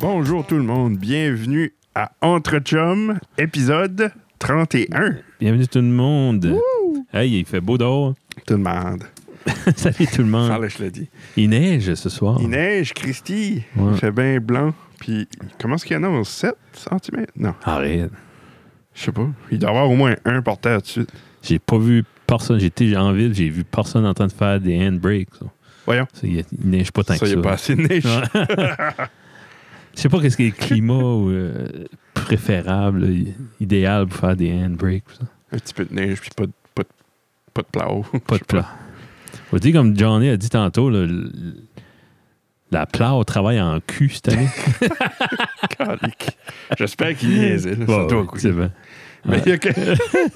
Bonjour tout le monde, bienvenue à Entre Chums, épisode 31. Bienvenue tout le monde. Hey, il fait beau dehors. Tout le monde, Salut tout le monde. Charles, je le dis. Il neige ce soir. Il neige, Christy, Ouais. il fait bien blanc. Puis, comment est-ce qu'il y en a? 7 cm? Non, Arrête. je sais pas. Il doit y avoir au moins un par terre dessus. J'ai pas vu personne. J'étais en ville, j'ai vu personne en train de faire des handbrakes. ça. Voyons, Ça, Il, il neige pas tant ça, que il n'y ça. a pas assez de neige. Ouais. Je sais pas qu'est-ce qui est le climat euh, préférable, là, i- idéal pour faire des handbrakes. ça. Un petit peu de neige, puis pas de, pas de, pas de plat haut. Pas de plat. Faut dire, comme Johnny a dit tantôt, là, l- la plat travaille en cul cette année. Calique. J'espère qu'il niaisait. là, ça Ouais, doit ouais, coûter. c'est vrai. Mais il y a, que-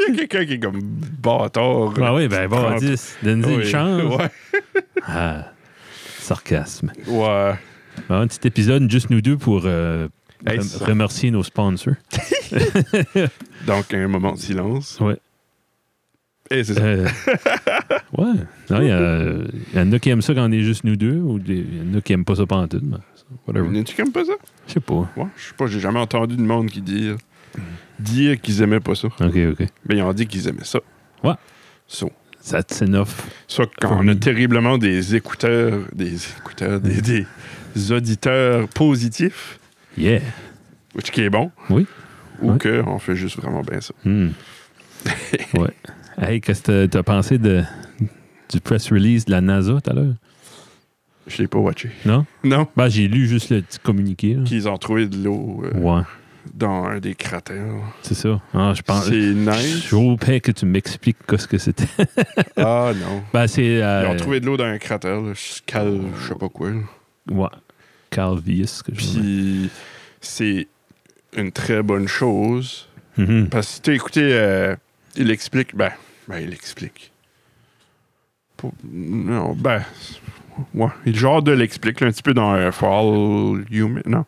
il y a quelqu'un qui est comme bâtard. Ah oui, ben bon, 30. dis, donne-nous une Oui. chance. Ouais. Ah, sarcasme. ouais. Bon, un petit épisode, juste nous deux, pour euh, Hey, rem- c'est ça. remercier nos sponsors. Donc, un moment de silence. Ouais. Et c'est ça. Euh, ouais. Non, Il y, a- il y en a qui aiment ça quand on est juste nous deux, ou des- il y en a qui aiment pas ça pendant tout. Mais ça, whatever. N'es-tu comme pas ça? Je sais pas. OK, Ouais, je sais pas, j'ai jamais entendu de monde qui dit euh, dire qu'ils aimaient pas ça. OK. Mais ils ont dit qu'ils aimaient ça. Ouais. So. That's enough. Soit quand on a terriblement des écouteurs, des écouteurs, des, des auditeurs positifs, Yeah. which qui est bon. Oui. Ou Ouais. qu'on fait juste vraiment bien ça. Hmm. ouais. Hey, qu'est-ce que t'as- t'as pensé de, du press release de la NASA tout à l'heure? Je l'ai pas watché. Non? Non. Ben, j'ai lu juste le petit communiqué. là. Qu'ils ont trouvé de l'eau euh, Ouais, dans un des cratères. c'est ça. Ah, je pense. C'est Je nice. suis au paix que tu m'expliques ce que c'était. Ah non. Ben, c'est. Ils euh, ont trouvé de l'eau dans un cratère, là, je cal- je sais pas quoi. là. Ouais. Calvius, que je veux dire. Puis c'est une très bonne chose. Mhm. Parce que si t'as écouté, euh, il explique, ben, ben, il explique. Pour- non, ben, ouais, il genre de l'explique là, un petit peu dans euh, For All Human, non,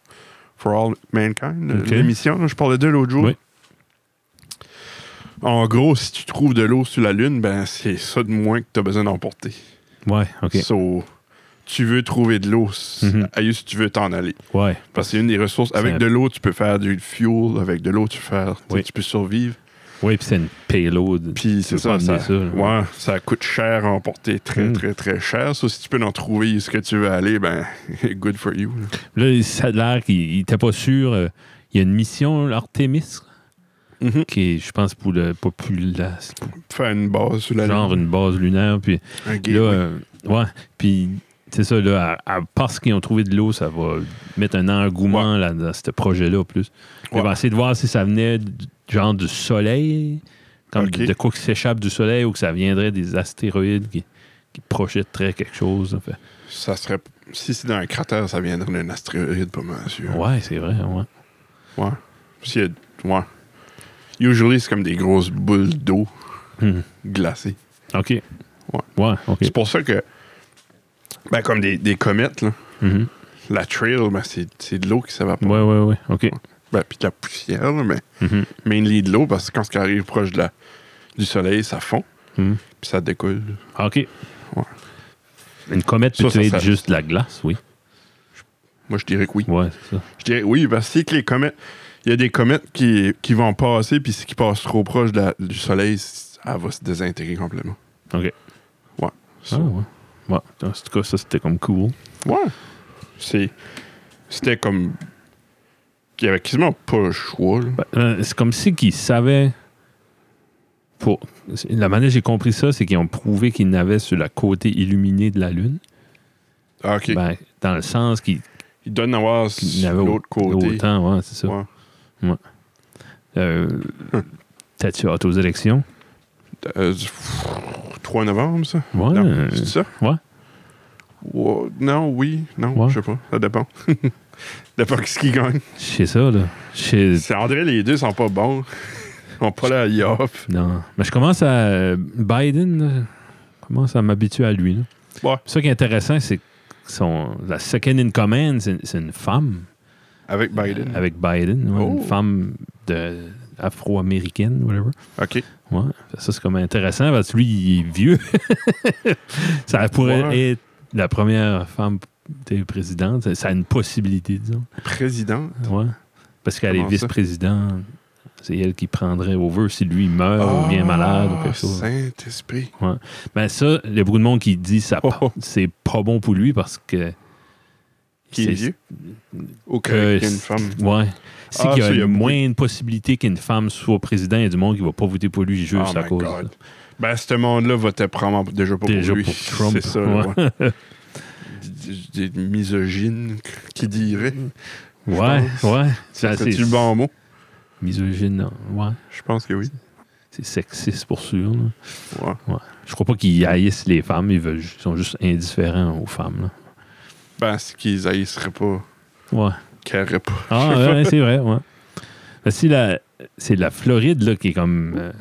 For All Mankind, euh, Ok. l'émission, là, je parlais d'eux l'autre jour. Oui. En gros, si tu trouves de l'eau sur la Lune, ben, c'est ça de moins que t'as besoin d'emporter. Ouais, ok. So, tu veux trouver de l'eau, Mhm. ailleurs si tu veux t'en aller. Ouais, Parce que c'est une des ressources. C'est Avec un- de l'eau, tu peux faire du fuel. Avec de l'eau, tu peux, faire, tu sais, Oui. tu peux survivre. ouais, puis c'est une payload. Puis c'est peux ça, pas ça, amener ça, là. ouais, ça coûte cher à emporter, très, Mm. très, très cher. Ça, si tu peux en trouver ce que tu veux aller, ben, good for you. là. Là, ça a l'air qu'il n'était pas sûr. euh, Il y a une mission, l'Artemis, qui est, je pense, pour le popula- Faire une base sur la genre Lune. une base lunaire. Puis Un là, gateway. euh, ouais, puis c'est ça, là, à- à- parce qu'ils ont trouvé de l'eau, ça va mettre un engouement là, dans ce projet-là, en plus. Puis On Ouais. va essayer de voir si ça venait du- genre du soleil, comme Ok. de- de quoi qui s'échappe du soleil, ou que ça viendrait des astéroïdes qui, qui projetteraient quelque chose. en fait. Ça serait. Si c'est dans un cratère, ça viendrait d'un astéroïde, pas mal sûr. Ouais, c'est vrai, ouais. Ouais. S'il y a- ouais. Usually, c'est comme des grosses boules d'eau Hmm. glacées. OK. Ouais. Ouais, OK. C'est pour ça que. Ben, comme des, des comètes, là. Mhm. La trail, ben, c'est c'est de l'eau qui s'évapore. Ouais, ouais, ouais. OK. Ben, puis de la poussière, là, mais Mhm. mainly de l'eau, parce que quand ça arrive proche de la, du soleil, ça fond, Mhm. puis ça découle. OK. Ouais. Une comète Ça, peut ça être serait- juste de la glace, oui. Moi, je dirais que oui. Ouais, c'est ça. Je dirais oui, parce que c'est que les comètes, il y a des comètes qui, qui vont passer, puis si qui passent trop proche de la- du soleil, c- elle va se désintégrer complètement. OK. Ouais. Ah, So, ouais. Ouais. En tout cas, ça, c'était comme cool. ouais. C'est- C'était comme. Il y avait quasiment pas le choix, là. Ben, euh, c'est comme si qu'ils savaient. Pour... c'est- La manière que j'ai compris ça, c'est qu'ils ont prouvé qu'ils n'avaient sur la côté illuminée de la Lune. Ah, ok. Ben, dans le sens qu'ils il donne à voir qu'ils n'avaient sur au- l'autre côté. autant, ouais, c'est ça. Ouais. Hum. Euh, T'as-tu hâte aux élections? Euh, du- pff, 3 novembre, ça? Ouais. Non, euh, c'est ça? ouais. Ou- Non, oui, non, Ouais. je sais pas. Ça dépend. dépend de ce qui gagne. Chez ça, là. Chez... C'est André, les deux sont pas bons. Ils ont pas la yop. Non. Mais je commence à. euh, Biden, là, je commence à m'habituer à lui. là. Ouais. Ça qui est intéressant, c'est que son... la second in command, c'est c'est une femme Avec Biden. avec Euh, Biden. ouais, Oh. Une femme de, afro-américaine, whatever. OK. Ouais, ça c'est comme intéressant parce que lui, il est vieux. ça pourrait Ouais. être la première femme t'es présidente. Ça- Ça a une possibilité, disons. Président. Ouais. Parce qu'elle est Comment ça? vice-présidente. C'est elle qui prendrait over si lui meurt Euh, ou bien bien malade ou quelque chose. Ah, Saint-Esprit. Mais ça, il y a beaucoup de monde qui dit ça Oh, oh. c'est pas bon pour lui parce que. Qui est c'est- Euh, vieux? Ou que que- qu'il y a une femme. Ouais. C'est Ah, qu'il y ça, il y a a moins de possibilités qu'une femme soit président. Il y a du monde qui va pas voter pour lui Oh juste à my cause. God. Ben, ce monde-là votait probablement déjà pas Déjà pour lui. pour Trump, C'est ça, ouais. ouais. Des des misogynes, qui dirait. Je Ouais, pense. ouais. Ça, C'est le bon mot? Misogyne, non. ouais. Je pense que oui. C'est sexiste pour sûr. là. Ouais. Je crois pas qu'ils haïssent les femmes. Ils, veulent, ju- ils sont juste indifférents aux femmes. Ben, c'est qu'ils haïsseraient pas, Là. Ouais. qu'ils haïsseraient pas. Ah, ouais, ouais, c'est vrai, ouais. Ben, si la, c'est la Floride là, qui est comme euh,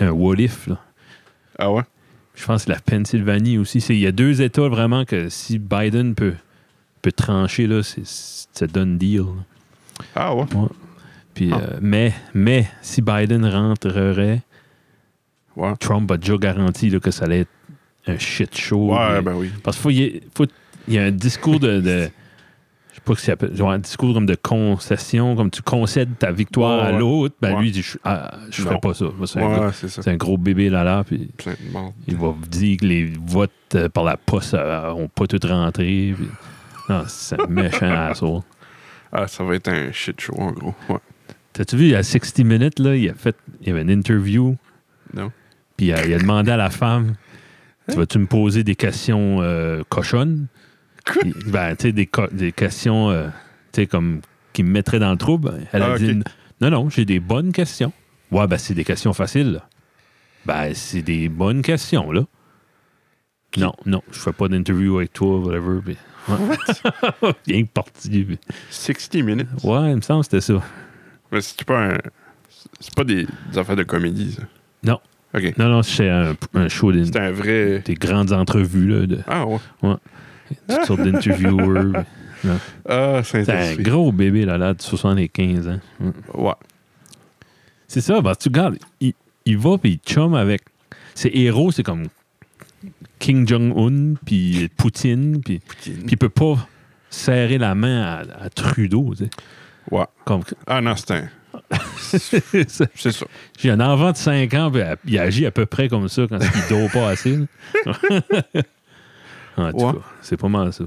un what-if. Ah ouais? Je pense que la Pennsylvanie aussi. c'est- Il y a deux États vraiment que si Biden peut, peut trancher, là, c'est, ça donne deal. là. Ah ouais? Puis, Ah. euh, mais, mais si Biden rentrerait, Ouais. Trump a déjà garanti là, que ça allait être un shit show. Ouais, Mais- ben oui. Parce qu'il faut, y- faut- il y a un discours de. de- je sais pas si appelle. genre un discours comme de concession, comme tu concèdes ta victoire Ouais, à ouais. l'autre. Ben Ouais. lui, il dit Je, ah, je ferai Non. pas ça. Moi, C'est un, gros- Ouais, c'est ça. c'est un gros bébé là-là. Puis Plein de monde. il va dire que les votes euh, par la poste n'ont pas tout rentré. puis- Non, c'est un méchant asshole. Ah, ça va être un shit show, en gros. Ouais. T'as-tu vu, à 60 Minutes, là, il a fait. Il y avait une interview. Non. Hein? Puis euh, il a demandé à la femme Tu vas-tu me poser des questions euh, cochonnes Quoi? Il- Ben, tu sais, des, co- des questions euh, tu sais, comme, qui me mettraient dans le trouble. Elle a Ah, dit ok. Non, non, j'ai des bonnes questions. Ouais, ben, c'est des questions faciles. là. Ben, c'est des bonnes questions, là. Non, non, je fais pas d'interview avec toi, whatever. Puis, ouais. Bien que parti. puis- 60 minutes. Ouais, il me semble que c'était ça. Mais c'est pas un. C'est pas des, des affaires de comédie, ça. Non. OK. Non, non, c'est un, un show des, C'est un vrai. des grandes entrevues, là, de Ah ouais. toutes sortes d'interviewers. puis- Ah, C'est un Saint-Esprit. gros bébé, là, là, de 75 ans. Mm. Ouais. C'est ça, parce que tu regardes, il, il va puis il chum avec. Ses héros, c'est comme King Jong-un, puis Poutine, puis puis il peut pas serrer la main à, à Trudeau, tu sais. Ouais. Comme, Ah non, c'est un. c'est- C'est ça. j'ai un enfant de 5 ans, puis il agit à peu près comme ça quand il dort pas assez. là. en tout Ouais. cas, c'est pas mal ça.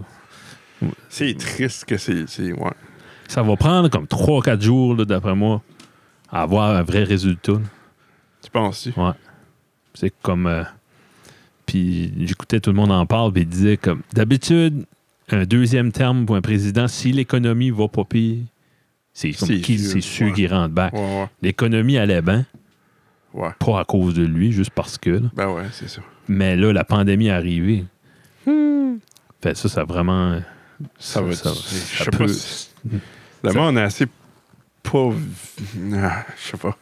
C'est triste que c'est. c'est- Ouais. Ça va prendre comme 3-4 jours, là, d'après moi, à avoir un vrai résultat. là. Tu penses-tu? C'est comme. euh, puis j'écoutais tout le monde en parle, puis il disait comme d'habitude, un deuxième terme pour un président, si l'économie va pas pire, c'est comme C'est qu'il- sûr, c'est sûr ouais. qu'il rentre back. Ouais, ouais. L'économie allait bien, Ouais. pas à cause de lui, juste parce que. là. Ben ouais, c'est ça. Mais là, la pandémie est arrivée. Fait ça, ça a vraiment. Ça va Ça- être. ça- Je ça sais pas. peut- si- Le ça- monde est assez. Pas. Ah, je sais pas.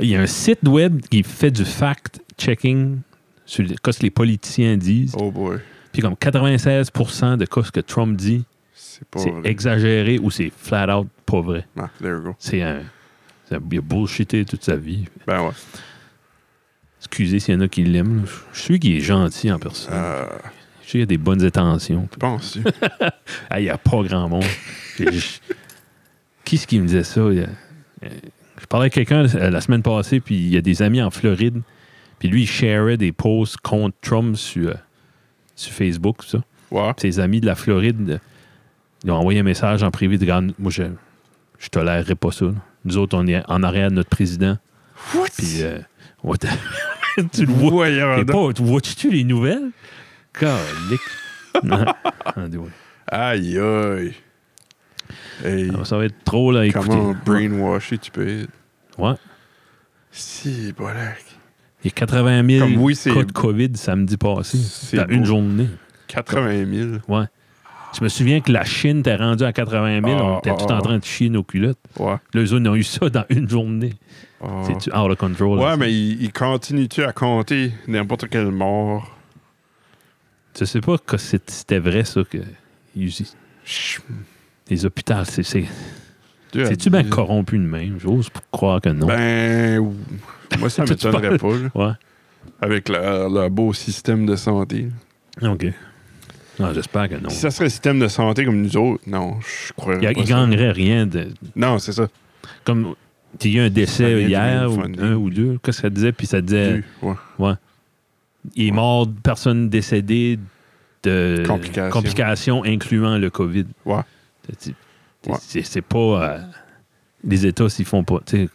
Il y a un site web qui fait du fact-checking sur les- ce que les politiciens disent. Oh boy. Puis comme 96% de ce que Trump dit, C'est pas c'est vrai. exagéré ou c'est flat out pas vrai. Ah, there you go. C'est un. c'est un- Il a bullshité toute sa vie. Ben ouais. Excusez s'il y en a qui l'aiment. là. Je suis qu'il est gentil en personne. Euh, Je sais qu'il a des bonnes intentions. penses-tu? Ah, il n'y a pas grand monde. Et je- qui est-ce qui me disait ça? Il y a- euh, Je parlais à quelqu'un euh, la semaine passée, puis il y a des amis en Floride. Puis lui, il sharait des posts contre Trump sur, euh, sur Facebook. tout ça. Ouais. ses amis de la Floride euh, ils ont envoyé un message en privé de regarde, moi je je tolérerai pas ça. là. Nous autres, on est en arrière de notre président. What? Puis euh, on t'a- tu le vois. Voyons T'es donc. pas- tu vois-tu les nouvelles? Calique. Non. Anyway. Aïe, aïe. Hey, Alors, ça va être trop là à écouter. comment brainwasher tu peux être? Ouais. Si, bolac. Il y a 80 000 Comme oui, c'est- cas de COVID samedi passé. C'est Dans une beau. journée. 80 000. Ouais. Je me souviens que la Chine était rendue à 80 000. Ah, on était ah, tout en ah, train de chier nos culottes. Ouais. Là, eux autres, ils ont eu ça dans une journée. Ah. C'est-tu out of control? là, Ouais, ça? mais il, il continue-tu à compter n'importe quelle mort? Je sais pas que c'est- c'était vrai, ça, que ils- Chut. les hôpitaux, c'est- c'est à C'est-tu bien dire- corrompu de même? J'ose p- croire que non. Ben, ou- moi, ça Toi, tu m'étonnerait pas, là, Ouais. avec leur, leur beau système de santé. là. OK. Non, j'espère que non. Si ça serait un système de santé comme nous autres, non, je croirais Il, pas. il ça. gagnerait rien de. Non, c'est ça. Comme. Il y a eu un Rien décès de hier, ou funny. un ou deux. Qu'est-ce que ça disait? Puis ça disait. Du- ouais. Il est mort, personne décédée de Complications. complications incluant le COVID. Ouais. C'est- c'est- Ouais. C'est c'est pas. euh, les États s'y font pas. tu sais. Tu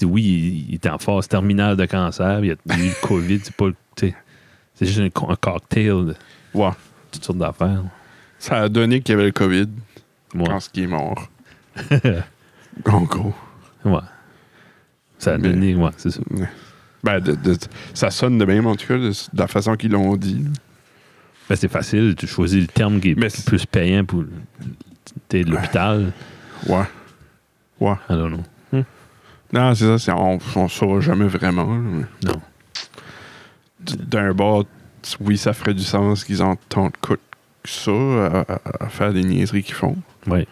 sais, oui, il, il est en phase terminale de cancer, il y a eu le COVID, c'est pas. le- tu sais, C'est juste un, co- un cocktail de Ouais. toutes sortes d'affaires. Ça a donné qu'il y avait le COVID Ouais. quand ce qui est mort. en gros. Ouais. Ça a Mais- donné. Ouais, c'est ça. Ben, de- de- ça sonne de même, en tout cas, de, de la façon qu'ils l'ont dit. là. Ben, c'est facile, tu choisis le terme qui est Mais le plus payant pour tu sais, l'hôpital. Ouais. I don't know. Non, c'est ça. c'est- on ne saura jamais vraiment. là, mais Non. d- D'un bord, t- oui, ça ferait du sens qu'ils en tentent coûte que ça à, à- à faire des niaiseries qu'ils font. Ouais.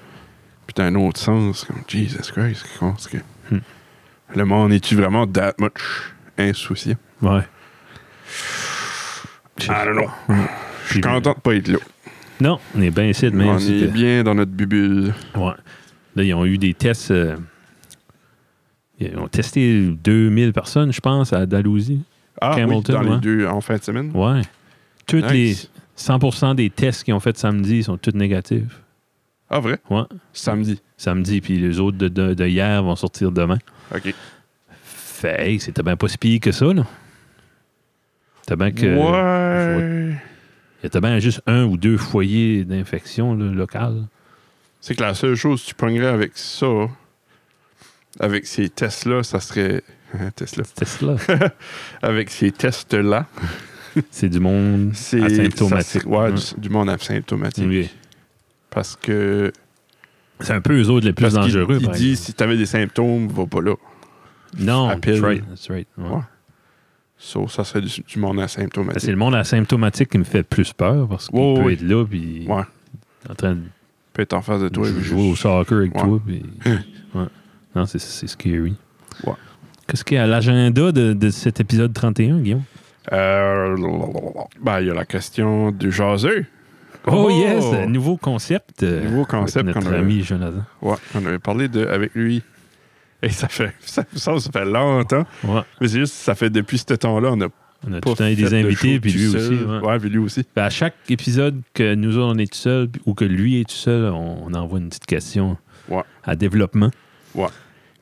Puis d'un autre sens, comme Jesus Christ, je pense que Hmm. le monde est-tu vraiment that much insouciant? Ouais. I don't know. Je suis Puis- content de pas être là. Non, on est bien ici de même. on c'est est que- bien dans notre bubule. Ouais. Là, ils ont eu des tests. euh, Ils ont testé 2000 personnes, je pense, à Dalhousie. Ah oui, Hamilton, dans ouais. les deux en fin de semaine. Ouais. Toutes Nice. les 100% des tests qu'ils ont fait samedi sont tous négatifs. Ah vrai? Ouais. Samedi. Samedi, puis les autres de, de- de hier vont sortir demain. OK. Fait, hey, c'était bien pas si pire que ça, là. C'était bien que. ouais. Il y était bien juste un ou deux foyers d'infection là, locale. C'est que la seule chose que tu pognerais avec ça, avec ces tests-là, ça serait. Hein, Tesla. C'est là. Avec ces tests-là, C'est du monde c'est. ça asymptomatique. serait- ouais, Hein. du, du monde asymptomatique. Ok. Parce que. C'est un peu eux autres les plus parce qu'il- dangereux. Il par dit exemple. si t'avais des symptômes, va pas là. Non, appelle. that's right. That's right. ouais. Ouais. So, ça serait du, du monde Ben, c'est asymptomatique. le monde asymptomatique qui me fait plus peur parce qu'il Ouais, peut ouais. être là puis Ouais. en train de peut être en face de toi. jou- puis jouer au juste- soccer avec Ouais. toi. puis- ouais. Non, c'est, c'est scary. Ouais. Qu'est-ce qu'il y a à l'agenda de, de cet épisode 31, Guillaume? Euh, ben, il y a la question du jaseux. Oh, yes! Nouveau concept. euh, Nouveau concept avec qu'on notre a- ami Jonathan. Ouais, on avait parlé de, avec lui. Et ça fait, ça, ça, ça fait longtemps. Ouais. Mais c'est juste, ça fait depuis ce temps-là, on n'a pas On a tout le temps fait eu des de invités, show puis tout lui seul. aussi. ouais. Ouais, puis lui aussi. Ben, à chaque épisode que nous autres, on est tout seul puis- ou que lui est tout seul, on, on envoie une petite question Ouais. à développement.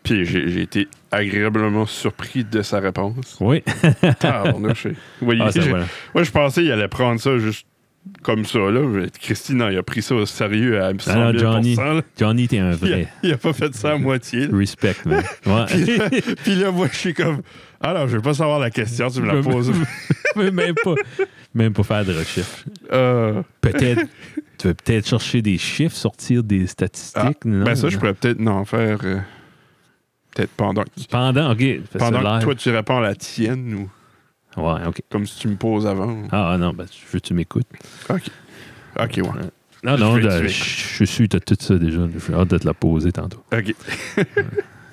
Puis j'ai j'ai été agréablement surpris de sa réponse. Oui. Tabarnouche. Vous voyez, Ah, ça, j'ai- voilà. Moi, je pensais qu'il allait prendre ça juste comme ça. Là. Mais Christine, non, il a pris ça au sérieux à 100 000 Ah non, Johnny. là. Johnny, t'es un Il a- vrai. Il n'a pas fait ça à moitié. là. Respect, man. Puis Ouais. là, puis là, moi, je suis comme. Alors, je vais pas savoir la question, tu me la Je me- poses. Mais même pas, même pas faire de recherche. Euh, Peut-être, tu veux peut-être chercher des chiffres, sortir des statistiques. non? ben, ça, je pourrais peut-être en faire. euh, peut-être pendant, que- Pendant, ok. fais ça pendant live. que toi, tu réponds à la tienne ou Ouais, ok. comme si tu me poses avant. Ah ah, non, ben, je veux que tu m'écoutes. Ok. Ok, ouais. Non, Je non, veux que là, tu je m'écoutes. je suis, t'as tout ça déjà. J'ai hâte de te la poser tantôt. Ok.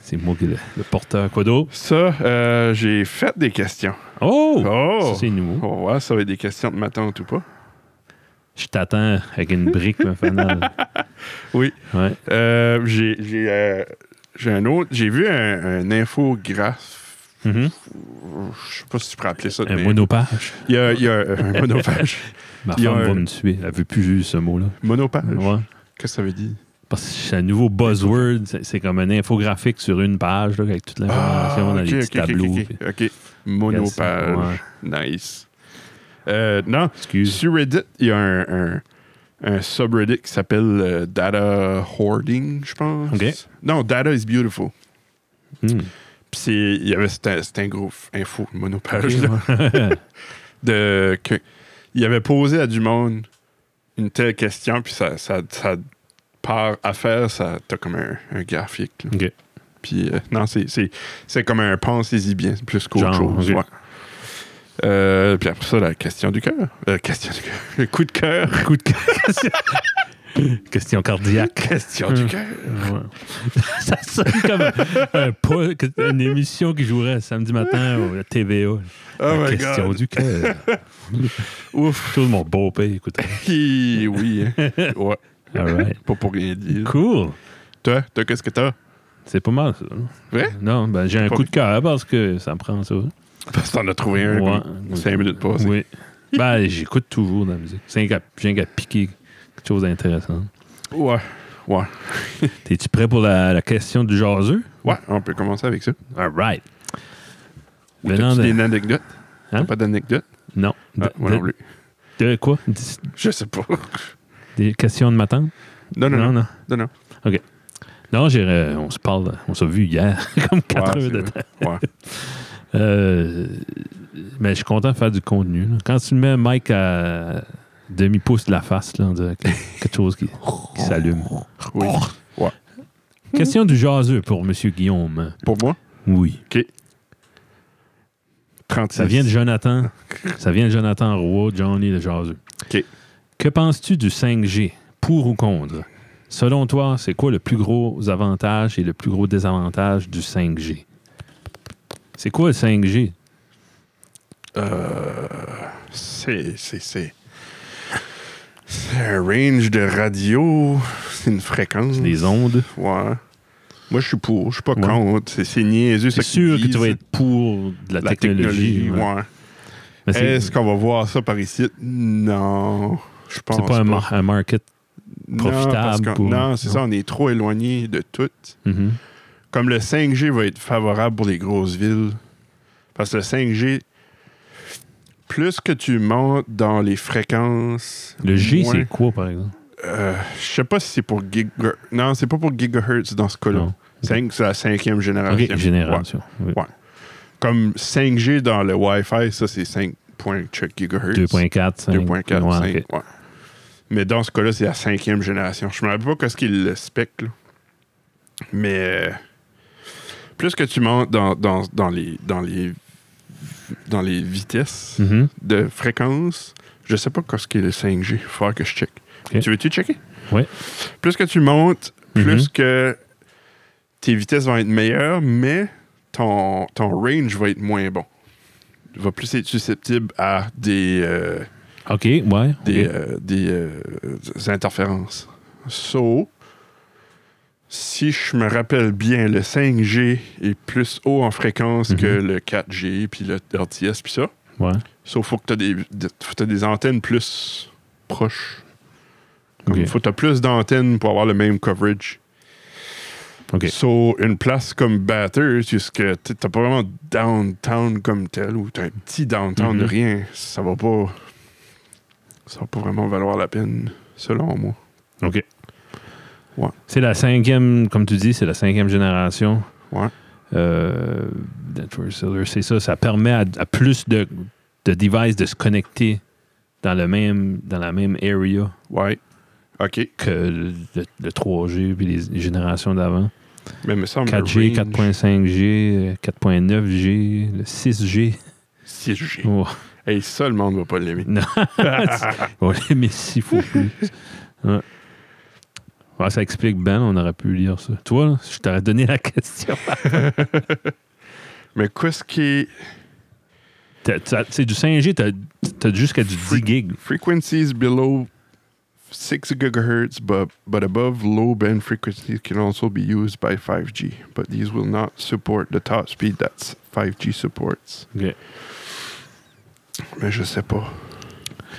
C'est moi qui est le, le porteur. Quoi d'autre? Ça, euh, j'ai fait des questions. Oh! Oh! Ça, c'est nouveau. On va voir si ça va être des questions de ma tante ou pas. Je t'attends avec une brique, ma fanale. Oui. Ouais. Euh, j'ai j'ai, euh, j'ai un autre. J'ai vu un, un infographe. Mhm. Je sais pas si tu pourrais appeler ça. de Un même. monopage. Il y a, il y a un monophage. Ma Il y a femme un- va me tuer. Elle veut plus juste ce mot-là. Monopage? Ouais. Qu'est-ce que ça veut dire? Parce que c'est un nouveau buzzword. C'est c'est comme un infographique sur une page là, avec toute l'information Ah, dans les Ah, ok, petits ok, ok, tableaux. ok, puis- ok. Monopage. Nice. Euh, non, Excuse. sur Reddit, il y a un, un- un subreddit qui s'appelle euh, Data Hoarding, je pense. Ok. Non, Data is Beautiful. Hmm. Puis c'est- il y avait c'était un gros info monopage là, Ok, de que il avait posé à du monde une telle question puis ça ça, ça part à faire ça t'as comme un, un graphique là. ouais. Ok. Puis euh, non, c'est- c'est c'est comme un pensez-y bien, plus qu'autre Genre, chose. ok. ouais. Euh, puis après ça, la question du cœur. Euh, question du cœur. Le coup de cœur. Coup de cœur. Question cardiaque. Question du cœur. Ouais. ça sonne comme un, un po- que- une émission qui jouerait samedi matin au TVA. Oh La my question God. du cœur. Ouf. Tout mon beau-père écoute. Hi, oui. hein. Ouais. All right. Pas pour rien dire. Cool. Toi, toi, qu'est-ce que t'as? C'est pas mal, ça. Vrai? Non, ben, j'ai un Pas- coup de cœur parce que ça me prend ça. Parce que t'en as trouvé un. Ouais. comme Cinq minutes passées. Oui. ben, j'écoute toujours de la musique. C'est un gars- J'ai un gars piqué quelque chose d'intéressant. Ouais. Ouais. T'es-tu prêt pour la, la question du jaseux? Ouais, on peut commencer avec ça. All right. Ou Venant T'as-tu de- des anecdotes? Hein? T'as pas d'anecdotes? Non. De, Ah, moi non de- plus. de quoi? Dis- Je sais pas. Des questions de ma tante? Non, non, non. non. non, non. Non, j'ai, euh, on se parle, on s'est vu hier, comme quatre Ouais, heures de c'est temps. vrai. Ouais. Euh, mais je suis content de faire du contenu. là. Quand tu mets Mike à demi-pouce de la face, là, on dirait que- quelque chose qui, qui s'allume. Oui. Oh. Question du jaseux pour Monsieur Guillaume. Pour moi, Oui. 36. Ça vient de Jonathan. Ça vient de Jonathan Roy, Johnny le jaseux. OK. Que penses-tu du 5G, pour ou contre? Selon toi, c'est quoi le plus gros avantage et le plus gros désavantage du 5G? C'est quoi le 5G? C'est, c'est, c'est... C'est un range de radio. C'est une fréquence. C'est des ondes. Ouais. Moi, je suis pour. Je suis pas Ouais. contre. C'est, c'est niaiseux. C'est ça sûr qu'ils que tu vas disent. être pour de la, La technologie. technologie, ouais. ouais. Mais c'est Est-ce qu'on va voir ça par ici? Non. Je pense c'est pas un, mar- un market. Non, profitable parce qu'on- pour- Non, c'est non. ça. On est trop éloigné de tout. Mhm. Comme le 5G va être favorable pour les grosses villes. Parce que le 5G, plus que tu montes dans les fréquences. Le G, moins- c'est quoi, par exemple? Euh, je sais pas si c'est pour gigahertz. Non, c'est pas pour gigahertz dans ce cas-là. Non. Cinq- C'est la cinquième génération. OK, génération. Oui. Ah, Ouais. Comme 5G dans le Wi-Fi, ça c'est 5 points check gigahertz. 2.4. cinq. 2.4, Ouais, cinq, OK. ouais. Mais dans ce cas-là, c'est la cinquième génération. Je me rappelle pas qu'est-ce qu'il le spec, là. Mais euh, plus que tu montes dans, dans- dans les, dans, les, dans les vitesses Mhm. de fréquence, je sais pas qu'est-ce qu'il est le 5G. Faut que je check. Ok. Tu veux-tu checker? Ouais. Plus que tu montes, plus Mhm. que tes vitesses vont être meilleures, mais ton, ton range va être moins bon. Tu vas plus être susceptible à des... euh, OK, ouais. OK. des, euh, des, euh, des interférences. So, si je me rappelle bien, le 5G est plus haut en fréquence Mhm. que le 4G, puis le RTS, puis ça. Ouais. Sauf faut que tu as des, de- faut que t'as des antennes plus proches. Il OK. faut que tu plus d'antennes pour avoir le même coverage. OK. So, une place comme Bathurst, puisque tu n'as pas vraiment downtown comme tel, ou tu as un petit downtown de Mhm. rien, ça va pas. Ça va pas vraiment valoir la peine, selon moi. OK. Ouais. C'est la cinquième, comme tu dis, c'est la cinquième génération. Ouais. Euh, Network Cellular, c'est ça. Ça permet à, à plus de, de devices de se connecter dans, le même, dans la même area Ouais. OK. que le, le 3G puis les générations d'avant. Mais me semble. 4G, le range- 4.5G, euh, 4.9G, le 6G. 6G. Oh, Hey, ça, le monde va pas l'aimer. non. on mais six fois plus. Ouais. Ouais, ça explique Ben, on aurait pu lire ça. Toi, là, je t'aurais donné la question. Mais qu'est-ce qui est. T'as- t'as- C'est du 5G, t'as as jusqu'à du 10 gigs. Frequencies below 6 gigahertz, but, but above low band frequencies can also be used by 5G, but these will not support the top speed that 5G supports. Mais je sais pas.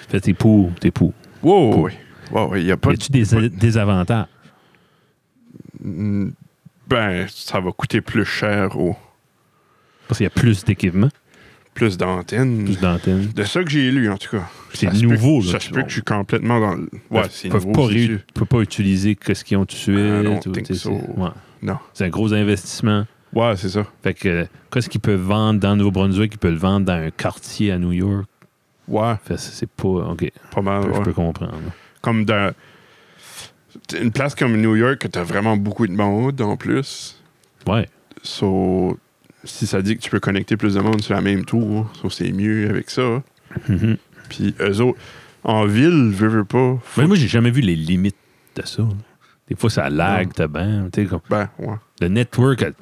Fait que t'es pour, t'es pour. Wow, ouais. Wow, ouais, y a pas Y de- a-tu des, des avantages? Mm, Ben, ça va coûter plus cher au Parce qu'il y a plus d'équipements, plus d'antennes. plus d'antennes. De ça que j'ai lu, en tout cas. C'est Ça se peut- nouveau, là, Ça tu se vois. peut que je suis complètement dans le. Ils Ouais, peuvent- c'est peuvent nouveau. pas c'est ré- sûr. peuvent pas utiliser que ce qu'ils ont tué. I don't tout, think tu sais, so. c'est- ouais. Non. C'est un gros investissement. Ouais, c'est ça. Fait que, euh, qu'est-ce qu'ils peuvent vendre dans le Nouveau-Brunswick? Ils peuvent le vendre dans un quartier à New York. Ouais, Fait que c'est pas. OK, pas mal. je ouais. peux comprendre. comme dans une place comme New York que t'as vraiment beaucoup de monde en plus. Ouais. So, si ça dit que tu peux connecter plus de monde sur la même tour, so c'est mieux avec ça. Mhm. Mm-hmm. Puis eux autres, en ville, veux, veux pas. faut- Mais moi, j'ai jamais vu les limites de ça. là. Des fois, ça Mm. lag, t'as ben. tu sais, comme- Ben, ouais. Le network, elle-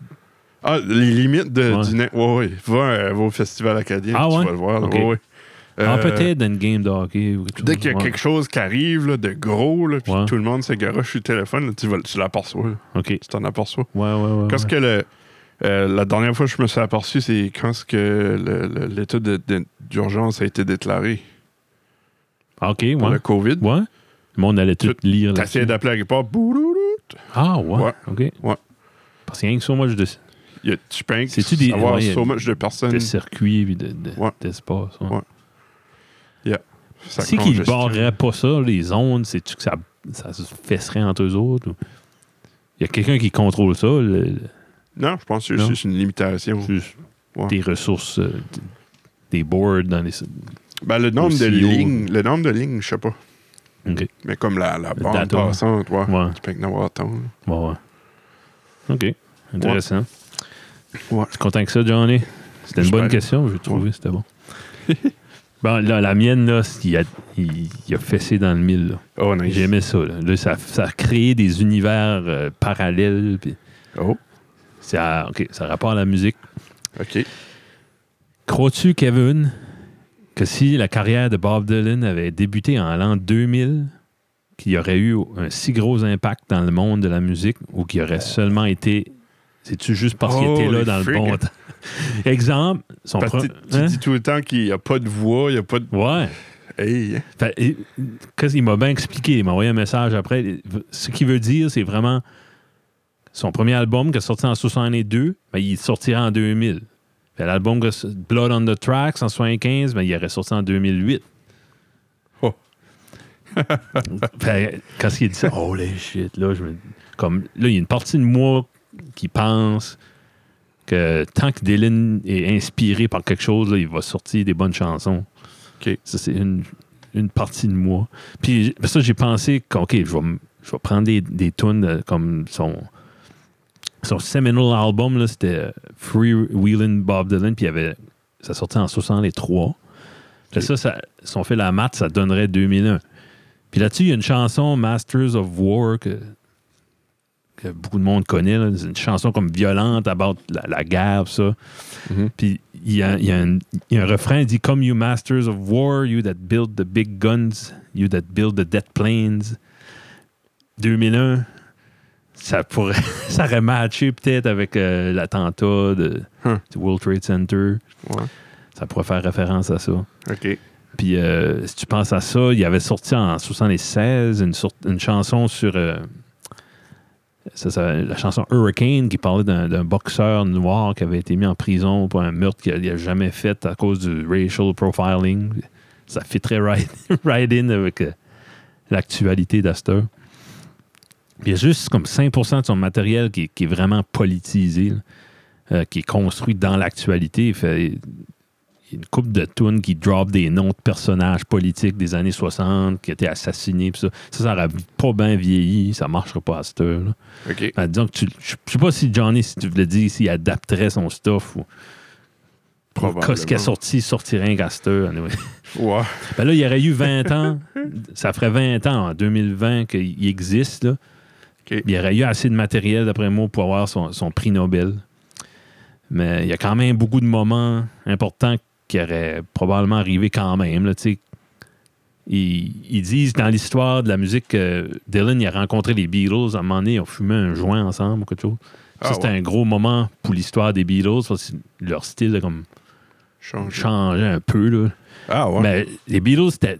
Ah, les limites de, Ouais. du net. Ouais, ouais. Va, euh, va au Festival acadien, Ah, tu ouais? vas le voir. Ok. ouais, ouais. ah, Euh, peut-être dans une game de hockey ou Dès qu'il y a quelque chose qui arrive là, de gros, là, puis Ouais. tout le monde se garoche sur le téléphone, là, tu, vas- tu l'aperçois. là. chose. OK. Ouais, Tu t'en aperçois. ouais, ouais. Parce ouais. que le, euh, la dernière fois que je me suis aperçu, c'est quand ce que le- le- l'état de- de- d'urgence a été déclaré Ah, OK, ouais. pour le COVID. Ouais. Le monde allait tout lire. là-dessus. T'essayes d'appeler oh, à quelque part, bouloulou, Ah, ouais. Ouais. OK. Ouais. Parce que rien que ça, moi, je de, il y a- tu peins que C'est-tu des- savoir ouais, il y a so des- much de personnes. de circuit et de, de- Ouais. d'espace. ouais. Ouais. ça C'est qu'ils congestionne. barrerait pas ça, les ondes, c'est-tu que ça, ça se fesserait entre eux autres? ou- Il y a quelqu'un qui contrôle ça, le- le- Non, je pense que Non. c'est juste une limitation. juste Mm. Ouais. des ressources, euh, d- des boards dans les. Ben, le nombre de Aussi haut. lignes, le nombre de lignes, je sais pas. Ok. Mais comme la, la bande datum. passante, ouais, Ouais. tu peins que d'avoir tant. là. Bon, ouais. Ok. Intéressant. Ouais. Tu es content que ça, Johnny? C'était une J'espère. bonne question, j'ai trouvé, c'était bon. bon, là, la mienne, là, c'est- il a, il, il a fessé dans le mille, là. Oh, nice. J'aimais ça, là. Là, ça, ça a créé des univers euh, parallèles, puis Oh, c'est à- ok, ça rapporte à la musique. OK. Crois-tu, Kevin, que si la carrière de Bob Dylan avait débuté en l'an 2000, qu'il y aurait eu un si gros impact dans le monde de la musique ou qu'il aurait seulement été. C'est-tu juste parce qu'il était là Euh. Holy dans le frig. bon temps? Exemple, son Parce que pre- tu, tu hein? dis tout le temps qu'il n'y a pas de voix, il n'y a pas de. Ouais. Hey, hein. Fait- et- qu'est-ce qu'il m'a bien expliqué. Il m'a envoyé un message après. Ce qu'il veut dire, c'est vraiment son premier album qui est sorti en 62, ben, il sortira en 2000. Fait L'album que- Blood on the Tracks en 75, ben, il aurait sorti en 2008. Oh. Fait, quand il dit ça, holy shit, là, je me- comme, là, il y a une partie de moi qui pense que tant que Dylan est inspiré par quelque chose, là, il va sortir des bonnes chansons. OK. Ça, c'est une, une partie de moi. Puis ça, j'ai pensé que, OK, je vais, m- je vais prendre des, des tunes euh, comme son, son seminal album, là, c'était euh, Free Wheeling Bob Dylan, puis il y avait, ça sortait en 63. Puis Ok. ça, ça, si on fait la maths, ça donnerait 2001. Puis là-dessus, il y a une chanson, Masters of War, que, que beaucoup de monde connaît. là. C'est une chanson comme violente, about la, la guerre, tout ça. Mhm. Puis il y a, il y a un- il y a un refrain qui dit Come you masters of war, you that build the big guns, you that build the dead planes. 2001, ça pourrait, ça aurait matché peut-être avec euh, l'attentat de, Huh. du World Trade Center. Ouais. Ça pourrait faire référence à ça. OK. Puis euh, si tu penses à ça, il avait sorti en 76 une, sort- une chanson sur euh, ça, ça, la chanson Hurricane qui parlait d'un d'un boxeur noir qui avait été mis en prison pour un meurtre qu'il n'a jamais fait à cause du racial profiling. Ça fitterait right, right in avec euh, l'actualité d'Astor. Il y a juste comme 5% de son matériel qui, qui est vraiment politisé, là, euh, qui est construit dans l'actualité. Fait, il y a une coupe de tunes qui drop des noms de personnages politiques des années 60 qui étaient assassinés. pis Ça, ça, ça aurait pas bien vieilli. Ça marchera pas à cette heure. là. OK. Ben, disons que tu- je je sais pas si Johnny, si tu voulais dire, s'il adapterait son stuff ou Probablement. ce qu'il a sorti, il sortirait un cette heure, anyway. Ouais. Ben là, il y aurait eu 20 ans. Ça ferait 20 ans en 2020 qu'il existe. Là. OK. Il y aurait eu assez de matériel, d'après moi, pour avoir son, son prix Nobel. Mais il y a quand même beaucoup de moments importants qui auraient probablement arrivé quand même. là, tu sais. ils, ils disent dans l'histoire de la musique que Dylan il a rencontré les Beatles. À un moment donné, ils ont fumé un joint ensemble ou quelque chose. Ça, Ah c'était ouais. un gros moment pour l'histoire des Beatles. parce que leur style a comme Change. changé un peu. Là. Ah, ouais. Mais les Beatles, c'était